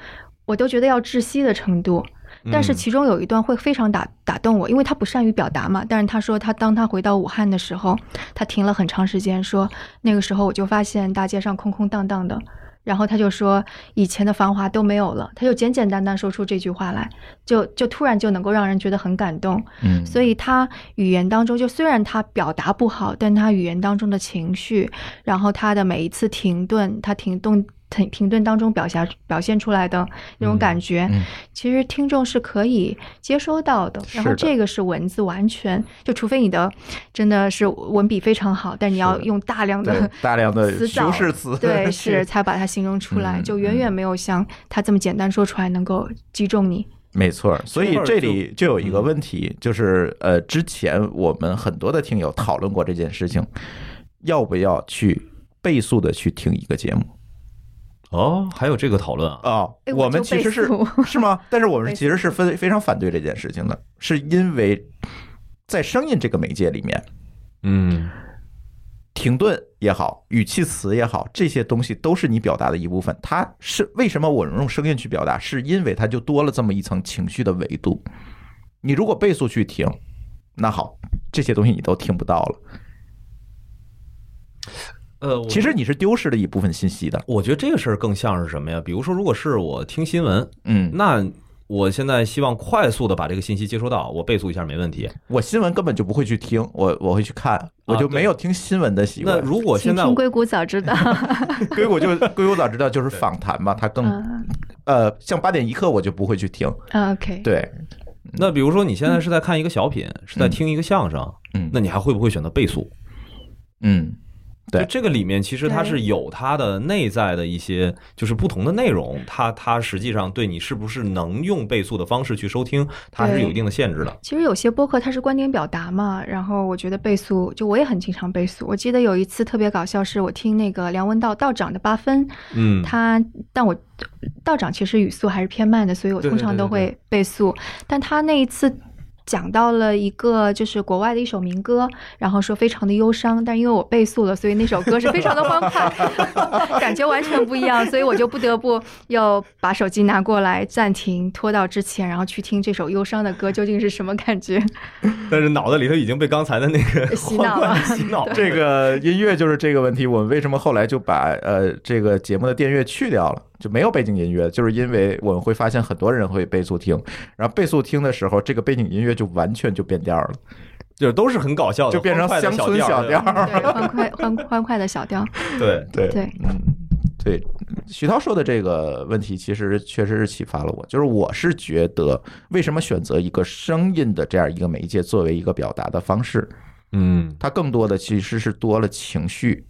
我都觉得要窒息的程度。但是嗯其中有一段会非常打打动我，因为他不善于表达嘛。但是他说他当他回到武汉的时候，他停了很长时间，说那个时候我就发现大街上空空荡荡的。然后他就说以前的繁华都没有了，他就简简单单说出这句话来，就就突然就能够让人觉得很感动。嗯所以他语言当中，就虽然他表达不好，但他语言当中的情绪，然后他的每一次停顿，他停顿停停顿当中表现表现出来的那种感觉，嗯其实听众是可以接收到的。然是后的这个是文字完全就，除非你的真的是文笔非常好，但你要是的用大 *laughs* 量对的 *laughs* 大量的词修藻饰词， *laughs* 对是 *laughs* 去才把它形容出来，嗯就远远没有像他这么简单说出来能够击中你。没错儿。所以这里就有嗯一个问题，就是呃，之前我们很多的听友讨论过这件事情，要不要去倍速的去听一个节目哦，还有这个讨论啊，啊、哎我我们就其倍实是速是 *laughs* 吗？但是我们倍其实是非非常反对这件事情的，是因为在声音这个媒介里面，嗯，停顿也好，语气词也好，这些东西都是你表达的一部分。它是为什么我用声音去表达？是因为它就多了这么一层情绪的维度。你如果倍速去听，那好，这些东西你都听不到了。呃，我其实你是丢失了一部分信息的。我觉得这个事儿更像是什么呀？比如说，如果是我听新闻，嗯，那我现在希望快速的把这个信息接收到，我倍速一下没问题。我新闻根本就不会去听，我我会去看，我就啊对没有听新闻的习那惯。如果请现在听硅谷早知道， *laughs* 硅谷就硅谷早知道就是访谈嘛，它更嗯呃，像八点一刻我就不会去听。嗯，OK，对，那比如说你现在嗯是在看一个小品，是在听一个相声，嗯那你还会不会选择倍速？嗯，对就这个里面其实它是有它的内在的一些，就是不同的内容，它它实际上对你是不是能用倍速的方式去收听，它还是有一定的限制的。其实有些播客它是观点表达嘛，然后我觉得倍速，就我也很经常倍速。我记得有一次特别搞笑，是我听那个梁文道道长的八分，嗯，他但我道长其实语速还是偏慢的，所以我对对通常都对对会倍速。但他那一次讲到了一个就是国外的一首民歌，然后说非常的忧伤，但因为我倍速了，所以那首歌是非常的欢 *laughs* 快，感觉完全不一样，所以我就不得不要把手机拿过来暂停，拖到之前，然后去听这首忧伤的歌究竟是什么感觉。但是脑子里头已经被刚才的那个洗脑了欢快洗 *laughs* 脑了。这个音乐就是这个问题，我们为什么后来就把呃这个节目的电乐去掉了，就没有背景音乐，就是因为我们会发现很多人会倍速听，然后倍速听的时候，这个背景音乐就完全就变调了，就是都是很搞笑的，就变成欢快乡的村小小调调。儿。对，欢快欢欢快的小调，对，对对，嗯，对，徐涛说的这个问题，其实确实是启发了我。就是我是觉得，为什么选择一个声音的这样一个媒介作为一个表达的方式，嗯，它更多的其实是多了情绪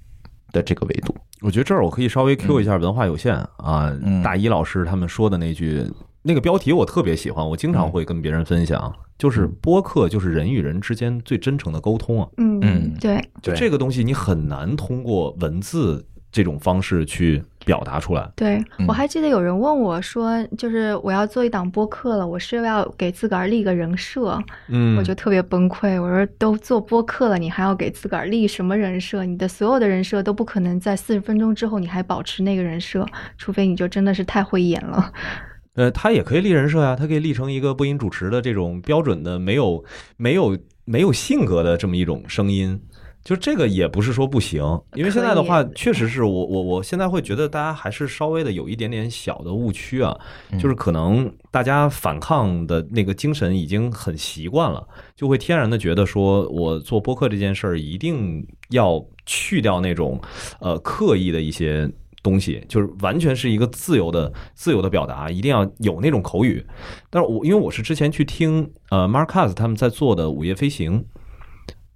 的这个维度。我觉得这儿我可以稍微 Q 一下文化有限啊，嗯大一老师他们说的那句那个标题我特别喜欢，我经常会跟别人分享，嗯就是播客就是人与人之间最真诚的沟通啊，嗯嗯对，就对这个东西你很难通过文字这种方式去表达出来。对，我嗯还记得有人问我说，就是我要做一档播客了，我是要给自个儿立个人设，嗯我就特别崩溃。我说都做播客了，你还要给自个儿立什么人设？你的所有的人设都不可能在四十分钟之后你还保持那个人设，除非你就真的是太会演了。呃，他也可以立人设呀、他可以立成一个播音主持的这种标准的没有没有没有性格的这么一种声音。就这个也不是说不行，因为现在的话可以，嗯确实是我我我现在会觉得大家还是稍微的有一点点小的误区啊，嗯就是可能大家反抗的那个精神已经很习惯了，就会天然的觉得说我做播客这件事儿一定要去掉那种呃刻意的一些东西，就是完全是一个自由的自由的表达，一定要有那种口语。但是我因为我是之前去听呃 Marcus 他们在做的《午夜飞行》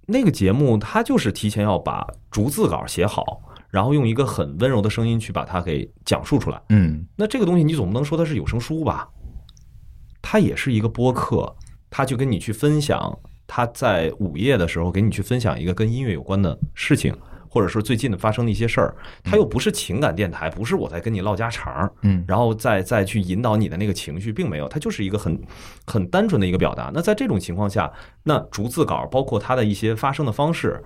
那个节目，他就是提前要把逐字稿写好，然后用一个很温柔的声音去把它给讲述出来。嗯那这个东西你总不能说它是有声书吧？它也是一个播客，它就跟你去分享，它在午夜的时候给你去分享一个跟音乐有关的事情，或者说最近的发生的一些事儿。它又不是情感电台，不是我在跟你唠家常儿，嗯然后再再去引导你的那个情绪，并没有，它就是一个很很单纯的一个表达。那在这种情况下，那逐字稿包括它的一些发声的方式。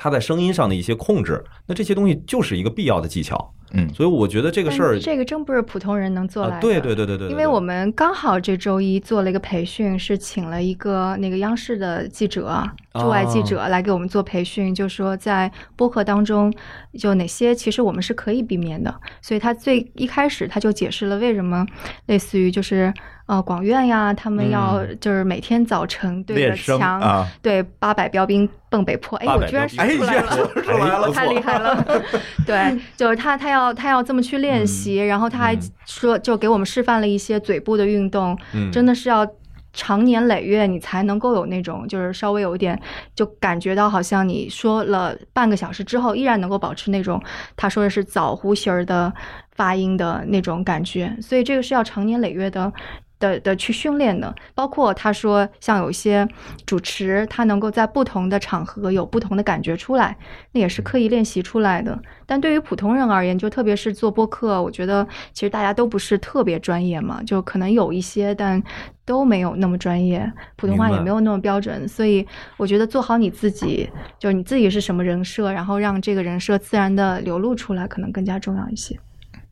它在声音上的一些控制，那这些东西就是一个必要的技巧，嗯所以我觉得这这个事儿，这个真不是普通人能做来的。啊、对对对对对，因对为我们刚好这周一做了一个培训，是请了一个那个央视的记者，啊驻外记者来给我们做培训，就说在播客当中，就哪些其实我们是可以避免的。所以他最一开始他就解释了为什么，类似于就是呃广院呀，他们要嗯就是每天早晨对着练声墙、啊，对八百标兵蹦北坡，哎，我居然说哎出来呀了。，出来了，太厉害 *laughs* 了，对，就是他，他要他要这么去练习，然后他还嗯说，就给我们示范了一些嘴部的运动，嗯真的是要长年累月，你才能够有那种就是稍微有一点，就感觉到好像你说了半个小时之后，依然能够保持那种他说的是枣核形儿的发音的那种感觉，所以这个是要长年累月的。的的去训练的，包括他说像有一些主持，他能够在不同的场合有不同的感觉出来，那嗯也是刻意练习出来的。但对于普通人而言，就特别是做播客，我觉得其实大家都不是特别专业嘛，就可能有一些，但都没有那么专业，普通话明白也没有那么标准。所以我觉得做好你自己，就是你自己是什么人设，然后让这个人设自然的流露出来，可能更加重要一些。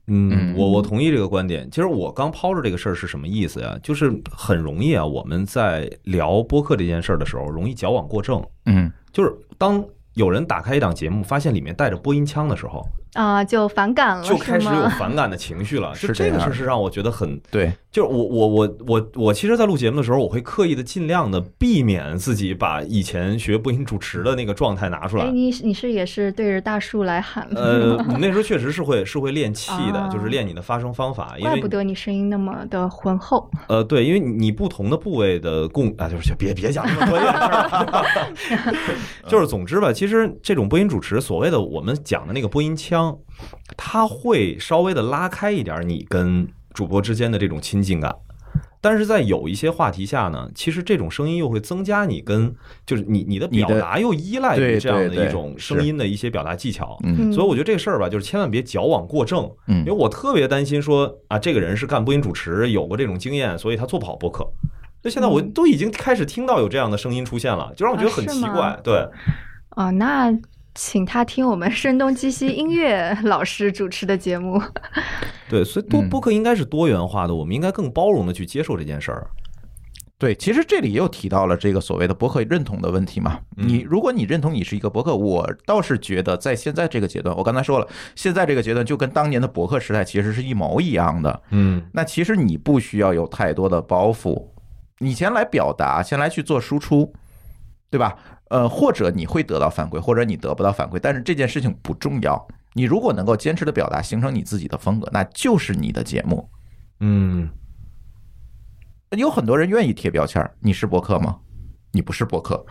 嗯嗯，我我同意这个观点。其实我刚抛出这个事儿是什么意思呀？就是很容易啊，我们在聊播客这件事儿的时候，容易矫枉过正。嗯，就是当有人打开一档节目，发现里面带着播音腔的时候，啊、就反感了， *laughs* 就开始是有吗？反感的情绪了。 *laughs* 是就这这个样事儿是让我觉得很，对，就是我我我我我其实，在录节目的时候，我会刻意的尽量的避免自己把以前学播音主持的那个状态拿出来哎，。你你是也是对着大树来喊 *laughs* 吗？呃，我们那时候确实是会是会练气的啊，就是练你的发声方法，因怪为不得你声音那么的浑厚，呃，对，因为你不同的部位的共啊，就是别别讲那么专业的事儿了， *laughs* 就是总之吧，其实这种播音主持，所谓的我们讲的那个播音腔，它会稍微的拉开一点你跟主播之间的这种亲近感。但是在有一些话题下呢，其实这种声音又会增加你跟就是你你的你表的达又依赖于对这样对的对一种声是音的一些表达技巧。嗯嗯所以我觉得这个事儿吧，就是千万别矫枉过正，嗯因为我特别担心说啊，这个人是干播音主持，有过这种经验，所以他做不好播客。就现在我嗯都已经开始听到有这样的声音出现了，就让我觉得很啊奇是吗怪。对，啊、那请他听我们声东击西音乐老师主持的节目。对，所以多嗯播客应该是多元化的，我们应该更包容的去接受这件事儿。对，其实这里又提到了这个所谓的博客认同的问题嘛。嗯你如果你认同你是一个博客，我倒是觉得在现在这个阶段，我刚才说了，现在这个阶段就跟当年的博客时代其实是一毛一样的。嗯那其实你不需要有太多的包袱，你先来表达，先来去做输出，对吧？呃，或者你会得到反馈，或者你得不到反馈，但是这件事情不重要。你如果能够坚持的表达，形成你自己的风格，那就是你的节目。嗯，有很多人愿意贴标签儿，你是博客吗？你不是博客，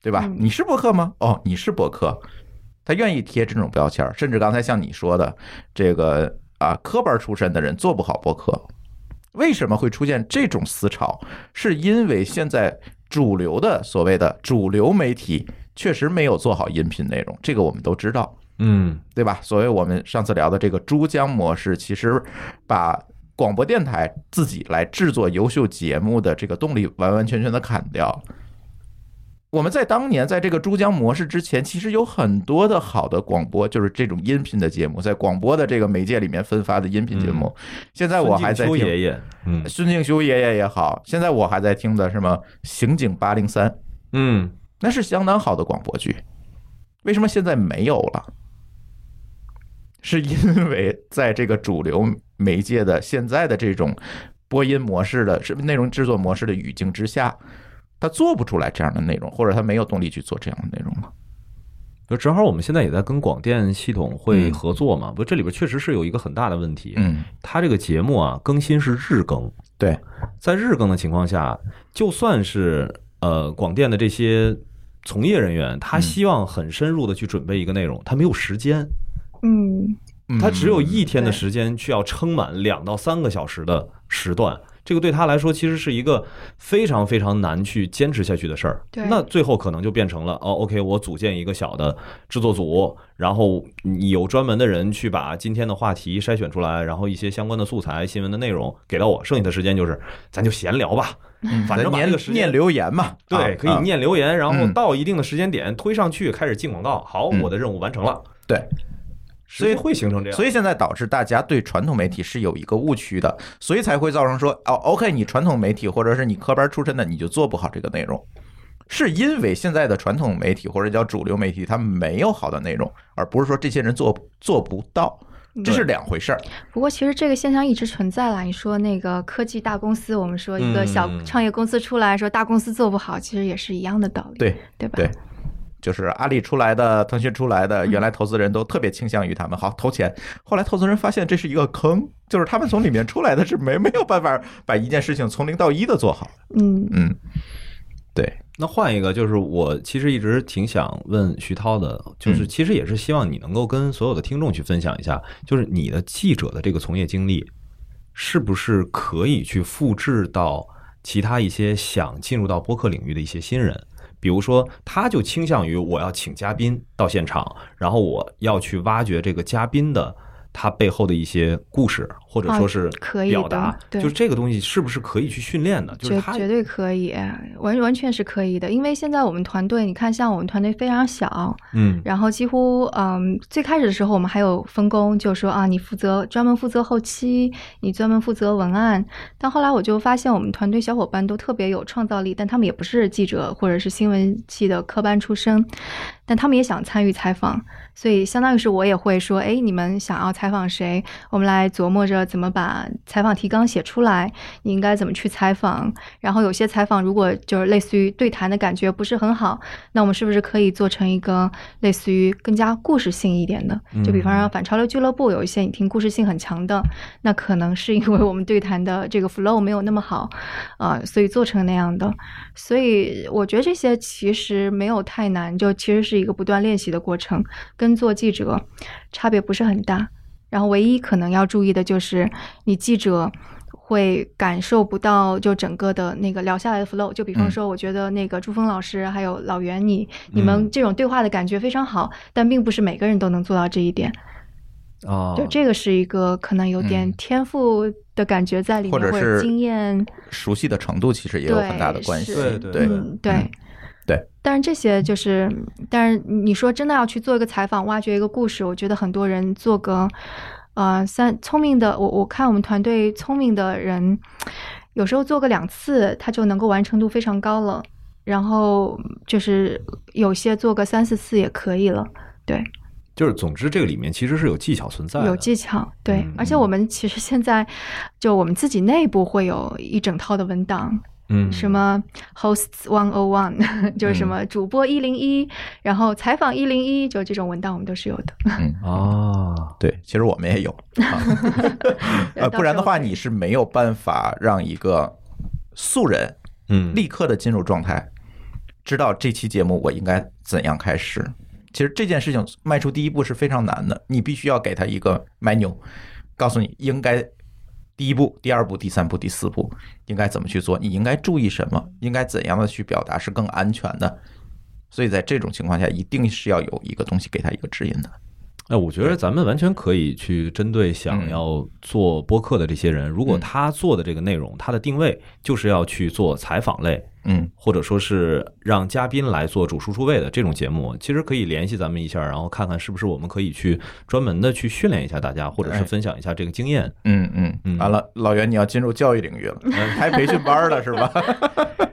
对吧？嗯你是博客吗？哦，你是博客，他愿意贴这种标签儿，甚至刚才像你说的，这个啊科班出身的人做不好博客，为什么会出现这种思潮？是因为现在主流的所谓的主流媒体确实没有做好音频内容，这个我们都知道。嗯对吧？所谓我们上次聊的这个珠江模式，其实把广播电台自己来制作优秀节目的这个动力完完全全的砍掉。我们在当年在这个珠江模式之前，其实有很多的好的广播，就是这种音频的节目，在广播的这个媒介里面分发的音频节目。现在我还在嗯听孙敬秋爷爷，嗯孙敬修爷爷也好，现在我还在听的什么《刑警八零三》，嗯那是相当好的广播剧，为什么现在没有了？是因为在这个主流媒介的现在的这种播音模式的是内容制作模式的语境之下，他做不出来这样的内容，或者他没有动力去做这样的内容了。就正好我们现在也在跟广电系统会嗯合作嘛，不，这里边确实是有一个很大的问题，嗯，它这个节目啊更新是日更，对，在日更的情况下，就算是呃广电的这些从业人员，他嗯希望很深入的去准备一个内容，他没有时间，嗯，他只有一天的对时间需要撑满两到三个小时的时段。这个对他来说，其实是一个非常非常难去坚持下去的事儿。对那最后可能就变成了哦，OK，我组建一个小的制作组，然后你有专门的人去把今天的话题筛选出来，然后一些相关的素材、新闻的内容给到我，剩下的时间就是咱就闲聊吧，嗯，反正咱把这念个时间念留言嘛，对，啊可以啊念留言，然后嗯到一定的时间点推上去，开始进广告。好，嗯我的任务完成了。对，所以会形成这样。所以以现在导致大家对传统媒体是有一个误区的，所以才会造成说哦，OK，你传统媒体或者是你科班出身的，你就做不好这个内容，是因为现在的传统媒体或者叫主流媒体，它没有好的内容，而不是说这些人做做不到，这是两回事儿。不过其实这个现象一直存在啦。你说那个科技大公司，我们说一个小嗯创业公司出来说大公司做不好，其实也是一样的道理，对，对吧？对就是阿里出来的、腾讯出来的，原来投资人都特别倾向于他们，好投钱。后来投资人发现这是一个坑，就是他们从里面出来的是没没有办法把一件事情从零到一的做好。嗯，嗯，对，那换一个，就是我其实一直挺想问徐涛的，就是嗯其实也是希望你能够跟所有的听众去分享一下，就是你的记者的这个从业经历，是不是可以去复制到其他一些想进入到播客领域的一些新人？比如说，他就倾向于我要请嘉宾到现场，然后我要去挖掘这个嘉宾的他背后的一些故事，或者说是啊可以的表达，对就是这个东西是不是可以去训练的？就是绝他绝对可以，完完全是可以的。因为现在我们团队，你看，像我们团队非常小，嗯然后几乎嗯，最开始的时候我们还有分工，就说啊，你负责专门负责后期，你专门负责文案。但后来我就发现，我们团队小伙伴都特别有创造力，但他们也不是记者或者是新闻系的科班出身，但他们也想参与采访，所以相当于是我也会说，哎，你们想要采访谁？我们来琢磨着怎么把采访提纲写出来，你应该怎么去采访。然后有些采访如果就是类似于对谈的感觉不是很好，那我们是不是可以做成一个类似于更加故事性一点的？就比方说反潮流俱乐部有一些你听故事性很强的，那可能是因为我们对谈的这个 flow 没有那么好，啊，所以做成那样的。所以我觉得这些其实没有太难，就其实是一个不断练习的过程，跟做记者差别不是很大。然后唯一可能要注意的就是，你记者会感受不到就整个的那个聊下来的 flow。就比嗯方说，我觉得那个朱峰老师还有老袁你，你们这种对话的感觉非常好，但并不是每个人都能做到这一点。啊，就这个是一个可能有点哦嗯天赋的感觉在里或面，者或者是经验。熟悉的程度其实也有很大的对关系。是对对嗯，对嗯，对。但是这些就是，但是你说真的要去做一个采访，挖掘一个故事，我觉得很多人做个，呃，三聪明的，我我看我们团队聪明的人，有时候做个两次，他就能够完成度非常高了。然后就是有些做个三四次也可以了，对，就是总之这个里面其实是有技巧存在的，有技巧，对。嗯而且我们其实现在就我们自己内部会有一整套的文档，嗯什么 hosts one o one，就是 *laughs* 什嗯么主播一零一，然后采访一零一，就这种文档我们都是有的。嗯，啊，对，其实我们 *laughs* 也有，啊呃，不然的话你是没有办法让一个素人嗯，立刻的进入状态，知道这期节目我应该怎样开始。其实这件事情迈出第一步是非常难的，你必须要给他一个 menu，告诉你应该第一步、第二步、第三步、第四步应该怎么去做，你应该注意什么，应该怎样的去表达是更安全的。所以在这种情况下，一定是要有一个东西给他一个指引的。哎，我觉得咱们完全可以去针对想要做播客的这些人，如果他做的这个内容，他的定位就是要去做采访类，嗯或者说是让嘉宾来做主输出位的这种节目，其实可以联系咱们一下，然后看看是不是我们可以去专门的去训练一下大家，或者是哎分享一下这个经验。嗯嗯，嗯完了，老袁你要进入教育领域了，开培训班了是吧？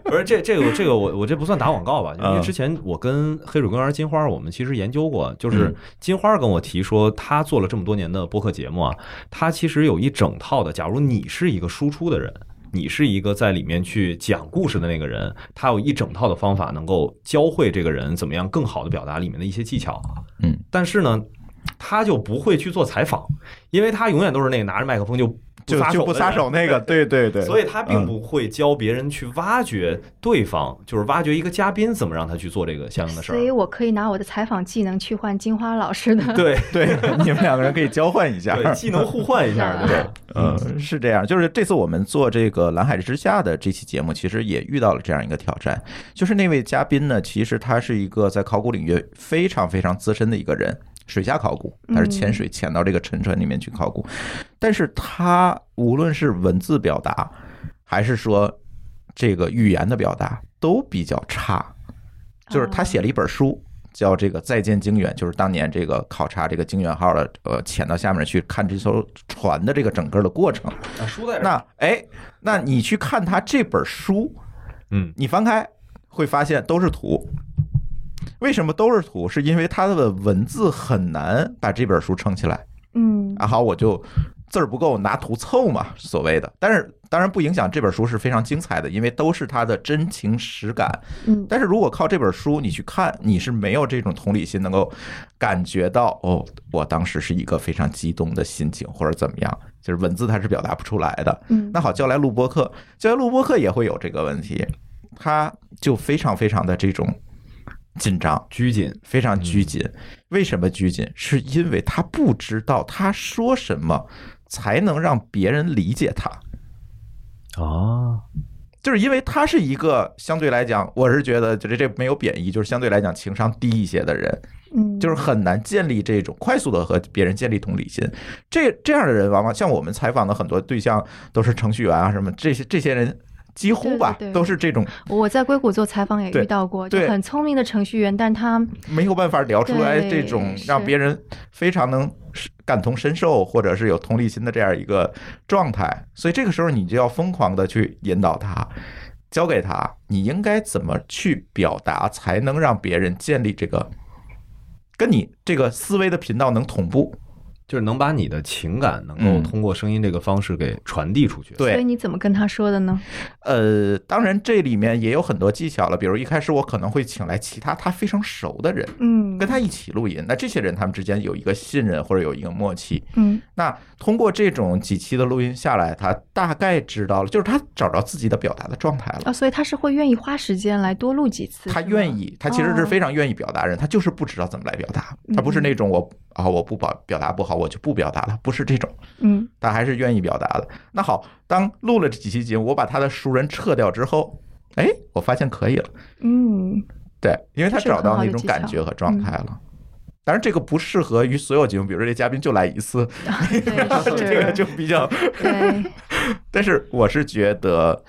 不是这这个这个我我这不算打广告吧，因为嗯之前我跟黑水公园金花我们其实研究过，就是嗯金花跟我提说，她做了这么多年的播客节目啊，她其实有一整套的。假如你是一个输出的人。你是一个在里面去讲故事的那个人，他有一整套的方法能够教会这个人怎么样更好的表达里面的一些技巧。啊嗯，但是呢，他就不会去做采访，因为他永远都是那个拿着麦克风就不就撒就手不的撒人手那个，对对对，所以他并不会教别人去挖掘对方，就是挖掘一个嘉宾怎么让他去做这个相应的事啊所以儿。我可以拿我的采访技能去换金花老师的。对对，你们两个人可以交换一下。 *laughs* 对，技能互换一下，对吧？嗯，是这样，就是这次我们做这个《蓝海之下》的这期节目，其实也遇到了这样一个挑战，就是那位嘉宾呢，其实他是一个在考古领域非常非常资深的一个人，水下考古，他是潜水潜到这个沉船里面去考古，但是他无论是文字表达，还是说这个语言的表达，都比较差。就是他写了一本书，叫这个《再见经远》，就是当年这个考察这个经远号的呃潜到下面去看这艘船的这个整个的过程。啊输在这儿那哎，那你去看他这本书，嗯，你翻开会发现都是图。为什么都是图？是因为他的文字很难把这本书撑起来。 *laughs* 嗯，啊，好，我就字儿不够，拿图凑嘛，所谓的。但是当然不影响这本书是非常精彩的，因为都是他的真情实感。嗯但是如果靠这本书你去看，你是没有这种同理心，能够感觉到哦，我当时是一个非常激动的心情，或者怎么样，就是文字它是表达不出来的。嗯那好，叫来录播课，叫来录播课也会有这个问题，他就非常非常的这种紧张。拘谨，嗯非常拘谨。为什么拘谨？是因为他不知道他说什么才能让别人理解他。啊，就是因为他是一个相对来讲，我是觉得就是这没有贬义，就是相对来讲情商低一些的人，嗯，就是很难建立这种快速的和别人建立同理心。这这样的人，往往像我们采访的很多对象都是程序员啊什么这些这些人，几乎吧对对对都是这种我在硅谷做采访也对遇到过，就对很聪明的程序员，但他没有办法聊出来对这种是让别人非常能感同身受，或者是有同理心的这样一个状态，所以这个时候你就要疯狂的去引导他，教给他你应该怎么去表达，才能让别人建立这个跟你这个思维的频道能同步。就是能把你的情感能够通过声音这个方式给传递出去。对所以你怎么跟他说的呢？呃，当然这里面也有很多技巧了，比如一开始我可能会请来其他他非常熟的人，嗯，跟他一起录音。那这些人他们之间有一个信任或者有一个默契。嗯那通过这种几期的录音下来，他大概知道了，就是他找着自己的表达的状态了。啊，所以他是会愿意花时间来多录几次，他是吗愿，意，他其实是哦非常愿意表达人，他就是不知道怎么来表达，他不是嗯那种我啊我不表表达不好我就不表达了，不是这种。嗯他还是愿意表达的。那好，当录了这几期节目，我把他的熟人撤掉之后，哎，我发现可以了， *laughs* 嗯，对，因为他这是个找到很好那的种技巧嗯感觉和状态了。当然，这个不适合于所有节目，比如说这嘉宾就来一次，对，这个 *laughs* 是，就比较。对，但是我是觉得，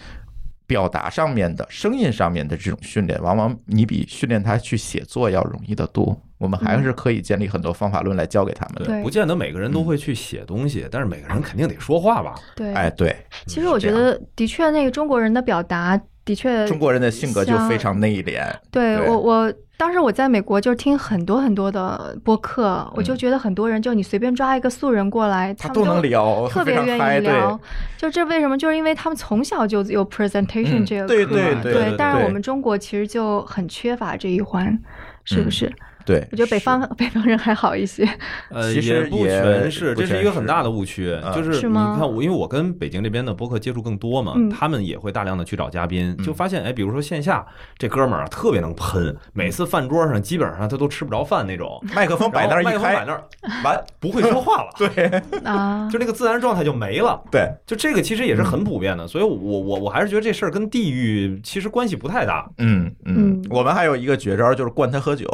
表达上面的、声音上面的这种训练，往往你比训练他去写作要容易得多。我们还是可以建立很多方法论来教给他们的。嗯对不见得每个人都会去写东西，但是每个人肯定得说话吧？对， *laughs* 哎，对，其实我觉得的确，那个中国人的表达的确，中国人的性格就呃像非常内敛。对对我我当时我在美国就是听很多很多的播客，我就觉得很多人就你随便抓一个素人过来，嗯他们都能聊，特非别常愿嗨意对聊，就这为什么？就是因为他们从小就有 presentation 嗯这个对课对嘛对对但对是我们中国其实就很缺乏这一环，是不嗯是？对，我觉得北方 *laughs* 北方人还好 *laughs* 一些，呃，其实也不也全是，不这是全一个很是大的误区。嗯就是是你吗看我，因为我跟北京这边的播客接触更多嘛，嗯他们也会大量的去找嘉宾，嗯就发现哎，比如说线下这哥们儿啊特别能喷，每次饭桌上基本上他都吃不着饭那种， *laughs* 麦克风摆那儿然后一麦克风摆开，那儿完不会说话了 *laughs* ，对啊，就那个自然状态就没了。对，就这个其实也嗯是很普遍的，所以我我我还是觉得这事儿跟地域其实关系不太大。嗯嗯嗯，我们还有一个绝招就是灌他喝酒，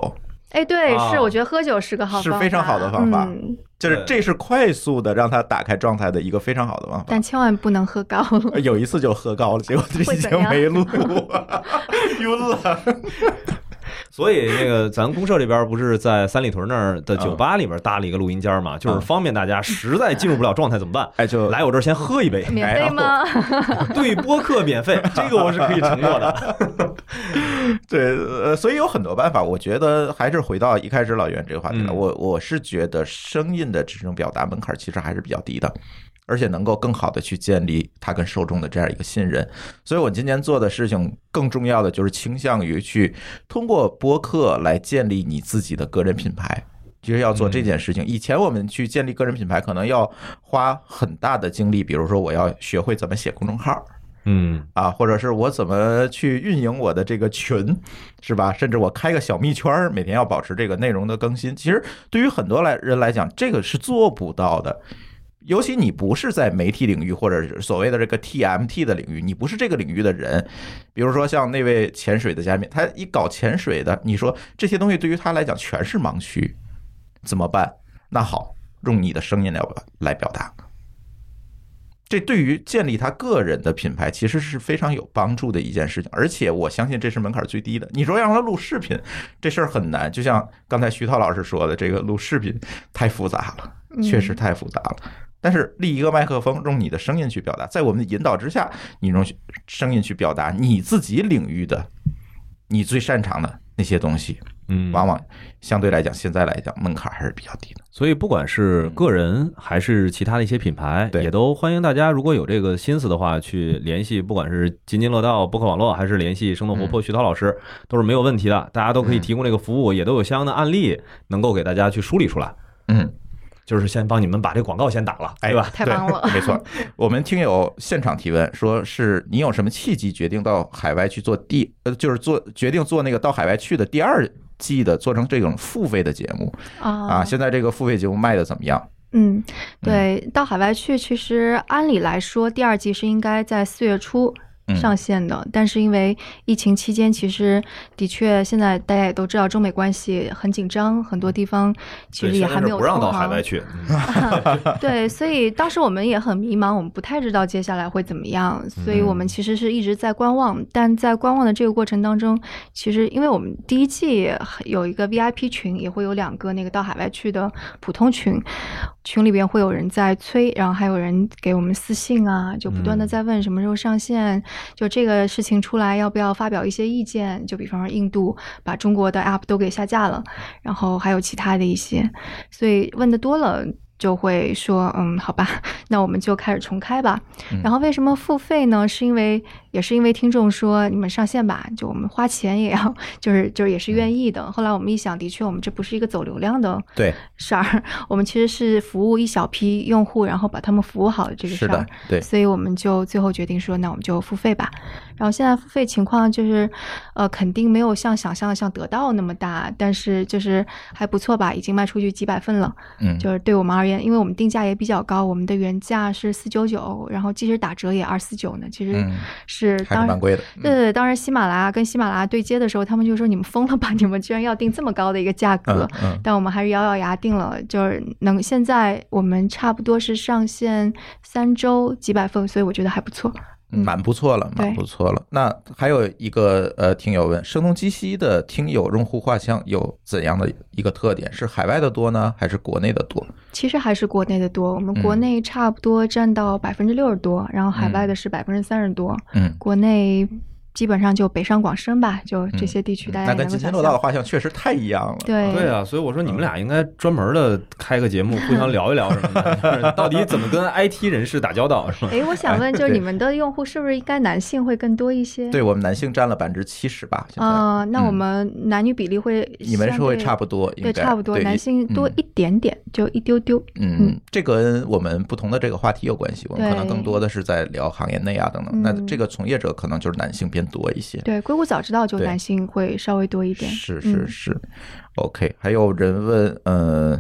哎，对，啊是我觉得喝酒是个好是方非常好的方法嗯，就是对这是快速的让他打开状态的一个非常好的方法但。千万不能喝高了。呃有一次就喝高了，结果这期会节怎目样没录， *laughs* 晕了。所以那个咱公社这边不是在三里屯那儿的酒吧里边搭了一个录音间嘛，就是方便大家实在进入不了状态怎么办？哎，就来我这儿先喝一哎杯，免费吗？对播客免费，这个我是可以承诺的。对，呃，所以有很多办法，我觉得还是回到一开始老袁这个话题了。嗯我我是觉得声音的这种表达门槛其实还是比较低的，而且能够更好的去建立他跟受众的这样一个信任。所以我今年做的事情，更重要的就是倾向于去通过播客来建立你自己的个人品牌。其实要做这件事情，以前我们去建立个人品牌，可能要花很大的精力，比如说我要学会怎么写公众号， *laughs* 嗯，啊，或者是我怎么去运营我的这个群，是吧？甚至我开个小蜜圈儿，每天要保持这个内容的更新。其实对于很多来人来讲，这个是做不到的。尤其你不是在媒体领域或者是所谓的这个 TMT 的领域，你不是这个领域的人，比如说像那位潜水的嘉宾，他一搞潜水的，你说这些东西对于他来讲全是盲区，怎么办？那好，用你的声音来来表达。这对于建立他个人的品牌其实是非常有帮助的一件事情，而且我相信这是门槛最低的。你说让他录视频，这事儿很难，就像刚才徐涛老师说的，这个录视频太复杂了，嗯确实太复杂了。但是立一个麦克风，用你的声音去表达，在我们的引导之下，你用声音去表达你自己领域的、你最擅长的那些东西，嗯往往相对来讲，现在来讲门槛还是比较低的。所以不管是嗯个人还是其他的一些品牌，对也都欢迎大家，如果有这个心思的话，去联系，不管是津津乐道播客网络，还是联系生动活嗯泼徐涛老师，都是没有问题的。大家都可以提供这个服务，也都有相应的案例能够给大家去梳理出来。嗯。就是先帮你们把这广告先打了，哎对吧？太棒了 *laughs* 对没错。我们听友现场提问说，是你有什么契机决定到海外去做第，呃，就是做决定做那个到海外去的第二季的，做成这种付费的节目啊？啊，现在这个付费节目卖的怎么样？嗯，对，到海外去，其实按理来说，第二季是应该在四月初嗯上线的，但是因为疫情期间，其实的确现在大家也都知道，中美关系很紧张，很多地方其实也还没有不让通啊到海航外去，嗯对，所以当时我们也很迷茫，我们不太知道接下来会怎么样，所以我们其实是一直在观望。但在观望的这个过程当中，其实因为我们第一季有一个 VIP 群，也会有两个那个到海外去的普通群，群里边会有人在催，然后还有人给我们私信啊，就不断的在问什么时候上线，就这个事情出来要不要发表一些意见？就比方说印度把中国的 app 都给下架了，然后还有其他的一些，所以问的多了。就会说，嗯，好吧， *laughs* 那我们就开始重开吧。嗯然后为什么付费呢？是因为也是因为听众说你们上线吧，就我们花钱也要， *laughs* 就是就是也是愿意的。后来我们一想，的确我们这不是一个走流量的嗯对，事儿， *laughs* 我们其实是服务一小批用户，然后把他们服务好的这个是事的儿。，对，所以我们就最后决定说，那我们就付费吧。然后现在付费情况就是，呃，肯定没有像想象的像得到那么大，但是就是还不错吧，已经卖出去几百份了。嗯，就是对我们而言，因为我们定价也比较高，我们的原价是四九九，然后即使打折也二四九呢，其实嗯是还是当蛮然。贵的。嗯对对，对当然喜马拉雅跟喜马拉雅对接的时候，他们就说你们疯了吧， *laughs* 你们居然要定这么高的一个价格嗯，嗯，但我们还是咬咬牙定了，就是能现在我们差不多是上线三周几百份，所以我觉得还不错。嗯蛮不错了，对蛮不错了。那还有一个呃，听友问，声东击西的听友用户画像有怎样的一个特点？是海外的多呢，还是国内的多？其实还是国内的多，我们国嗯内差不多占到百分之六十多，然后海外的是百分之三十多，嗯，国内基本上就北上广深吧，就这些地区大嗯家那也跟能够津想津象。乐道的画像确实太一样了。对对啊，所以我说你们俩应该专门的开个节目，互相聊一聊什么 *laughs* 的，就是到底怎么跟 IT 人士打交道，是吧？哎，我想问，就是你们的用户是不是应该男性会更多一些？对，我们男性占了百分之七十吧，现在、嗯啊、那我们男女比例会你们是会相差不多，应对，该差不多，男性多一点点，就一丢丢。嗯，嗯这跟我们不同的这个话题有关系，我们可能对更多的是在聊行业内啊等等。嗯那这个从业者可能就是男性偏多一些。对，硅谷早知道就对男性会稍微多一点。嗯是是是、o k 还有人问，呃，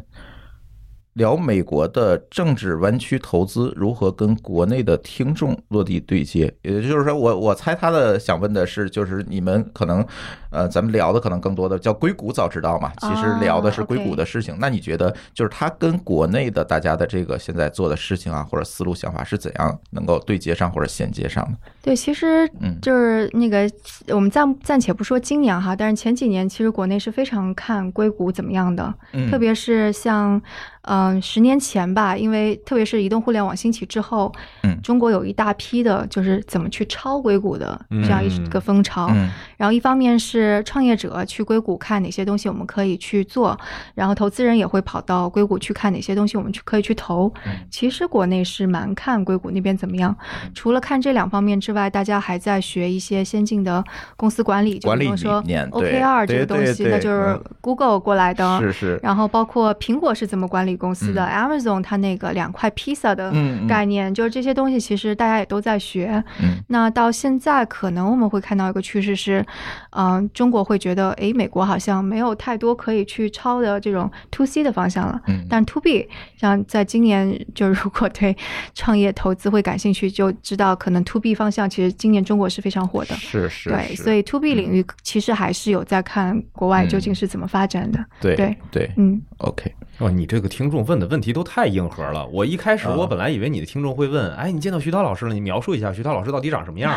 聊美国的政治湾区投资如何跟国内的听众落地对接，也就是说我我猜他的想问的是，就是你们可能，呃，咱们聊的可能更多的叫硅谷早知道嘛，其实啊聊的是硅谷 OK 的事情。那你觉得就是他跟国内的大家的这个现在做的事情啊，或者思路想法是怎样能够对接上或者衔接上的？对，其实嗯就是那个，我们暂暂且不说今年哈，但是前几年其实国内是非常看硅谷怎么样的，嗯特别是像嗯、十年前吧，因为特别是移动互联网兴起之后，嗯中国有一大批的就是怎么去抄硅谷的这样一个风潮，嗯然后一方面是创业者去硅谷看哪些东西我们可以去做，然后投资人也会跑到硅谷去看哪些东西我们去可以去投。嗯其实国内是蛮看硅谷那边怎么样，除了看这两方面之外，大家还在学一些先进的公司管理，就管比理如说理念对 OKR 这对个东对西，对那就是嗯 Google 过来的。是是，然后包括苹果是怎么管理公司的、a m a z o n 它那个两块披萨的嗯嗯嗯概念，就是这些东西其实大家也都在学。嗯那到现在可能我们会看到一个趋势是，嗯、中国会觉得，诶，美国好像没有太多可以去抄的这种 to C 的方向了。嗯但 to B，像在今年，就如果对创业投资会感兴趣，就知道可能 to B 方向其实今年中国是非常火的。是是，对，是嗯所以 to B 领域其实还是有在看国外究竟是怎么发展的。对对对嗯， ，OK，哇，哦你这个听众问的问题都太硬核了。我一开始啊我本来以为你的听众会问，哎，你见到徐涛老师了，你描述一下徐涛老师到底长什么 *laughs* 样？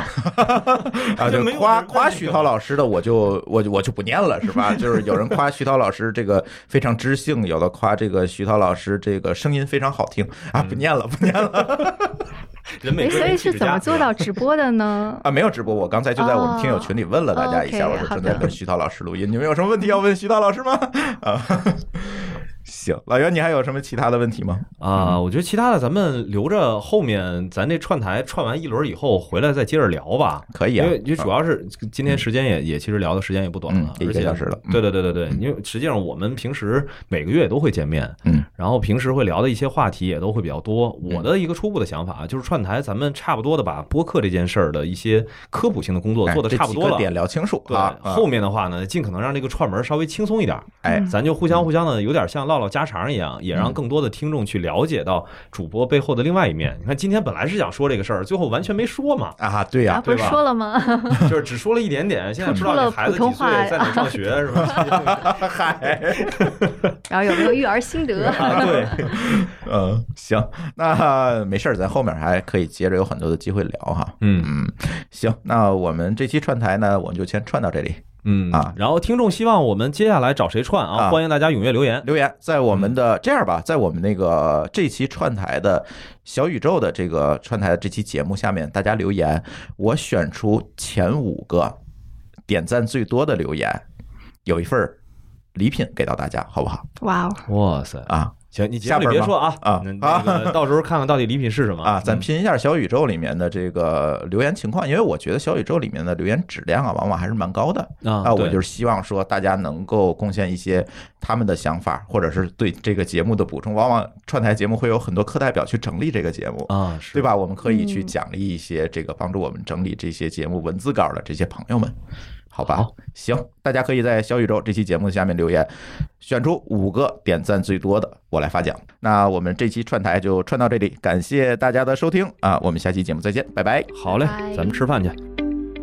啊，就就没有夸人问夸这徐个涛老师的，我就我就我就不念了，是 *laughs* 吧？就是有人夸徐涛老师这个非常知性，有的夸这个徐涛老师这个声音非常好听啊，不念了，不 *laughs* 念了人美诶歌所以人气是质怎么佳。做到直播的 *laughs* 呢？啊，没有直播，我刚才就在我们听友群里问了大家一下，哦我说，OK，正在好跟的徐涛老师录音，你们有什么问题要问徐涛老师吗？ *laughs* 啊，行，老袁，你还有什么其他的问题吗？啊，我觉得其他的咱们留着后面咱这串台串完一轮以后回来再接着聊吧。可以啊因为，因为主要是今天时间也也其实聊的时间也不短了，嗯一而个且小时了嗯对对对对对，因为实际上我们平时每个月都会见面，嗯，然后平时会聊的一些话题也都会比较多。我的一个初步的想法啊就是串台，咱们差不多的把播客这件事儿的一些科普性的工作哎做的这差几不多个了。点聊清楚对，啊，啊后面的话呢，尽可能让这个串门稍微轻松一点儿，哎，咱就互相互相的有点像唠唠家常一样，也让更多的听众去了解到主播背后的另外一面。你看，今天本来是想说这个事儿，最后完全没说嘛 *laughs* 啊，对呀啊，，不是对吧说了吗？ *laughs* 就是只说了一点点。现在不知道突出这了孩子普通几岁，话在哪上学是 *laughs* 吧？*laughs* 嗨。然后有没有育儿心得？ *laughs* 啊，对， *laughs* 嗯，行，那没事儿，咱后面还可以接着有很多的机会聊哈。嗯嗯，行，那我们这期串台呢，我们就先串到这里。嗯啊然后听众希望我们接下来找谁串啊？啊欢迎大家踊跃留言。留言在我们嗯的这样吧，在我们那个这期串台的小宇宙的这个串台的这期节目下面，大家留言，我选出前五个点赞最多的留言，有一份儿礼品给到大家，好不好？哇哦，哇塞！啊行，你节下目里边别吗说啊啊那那个到时候看看到底礼品是什么啊，咱嗯拼一下小宇宙里面的这个留言情况，因为我觉得小宇宙里面的留言质量啊，往往还是蛮高的。啊，啊，我对就是希望说大家能够贡献一些他们的想法，或者是对这个节目的补充。往往串台节目会有很多课代表去整理这个节目，啊，是对？吧？我们可以去嗯奖励一些这个帮助我们整理这些节目文字稿的这些朋友们，好吧好？行，大家可以在小宇宙这期节目下面留言，选出五个点赞最多的，我来发奖。那我们这期串台就串到这里，感谢大家的收听啊！我们下期节目再见，拜拜。好嘞拜拜，咱们吃饭去。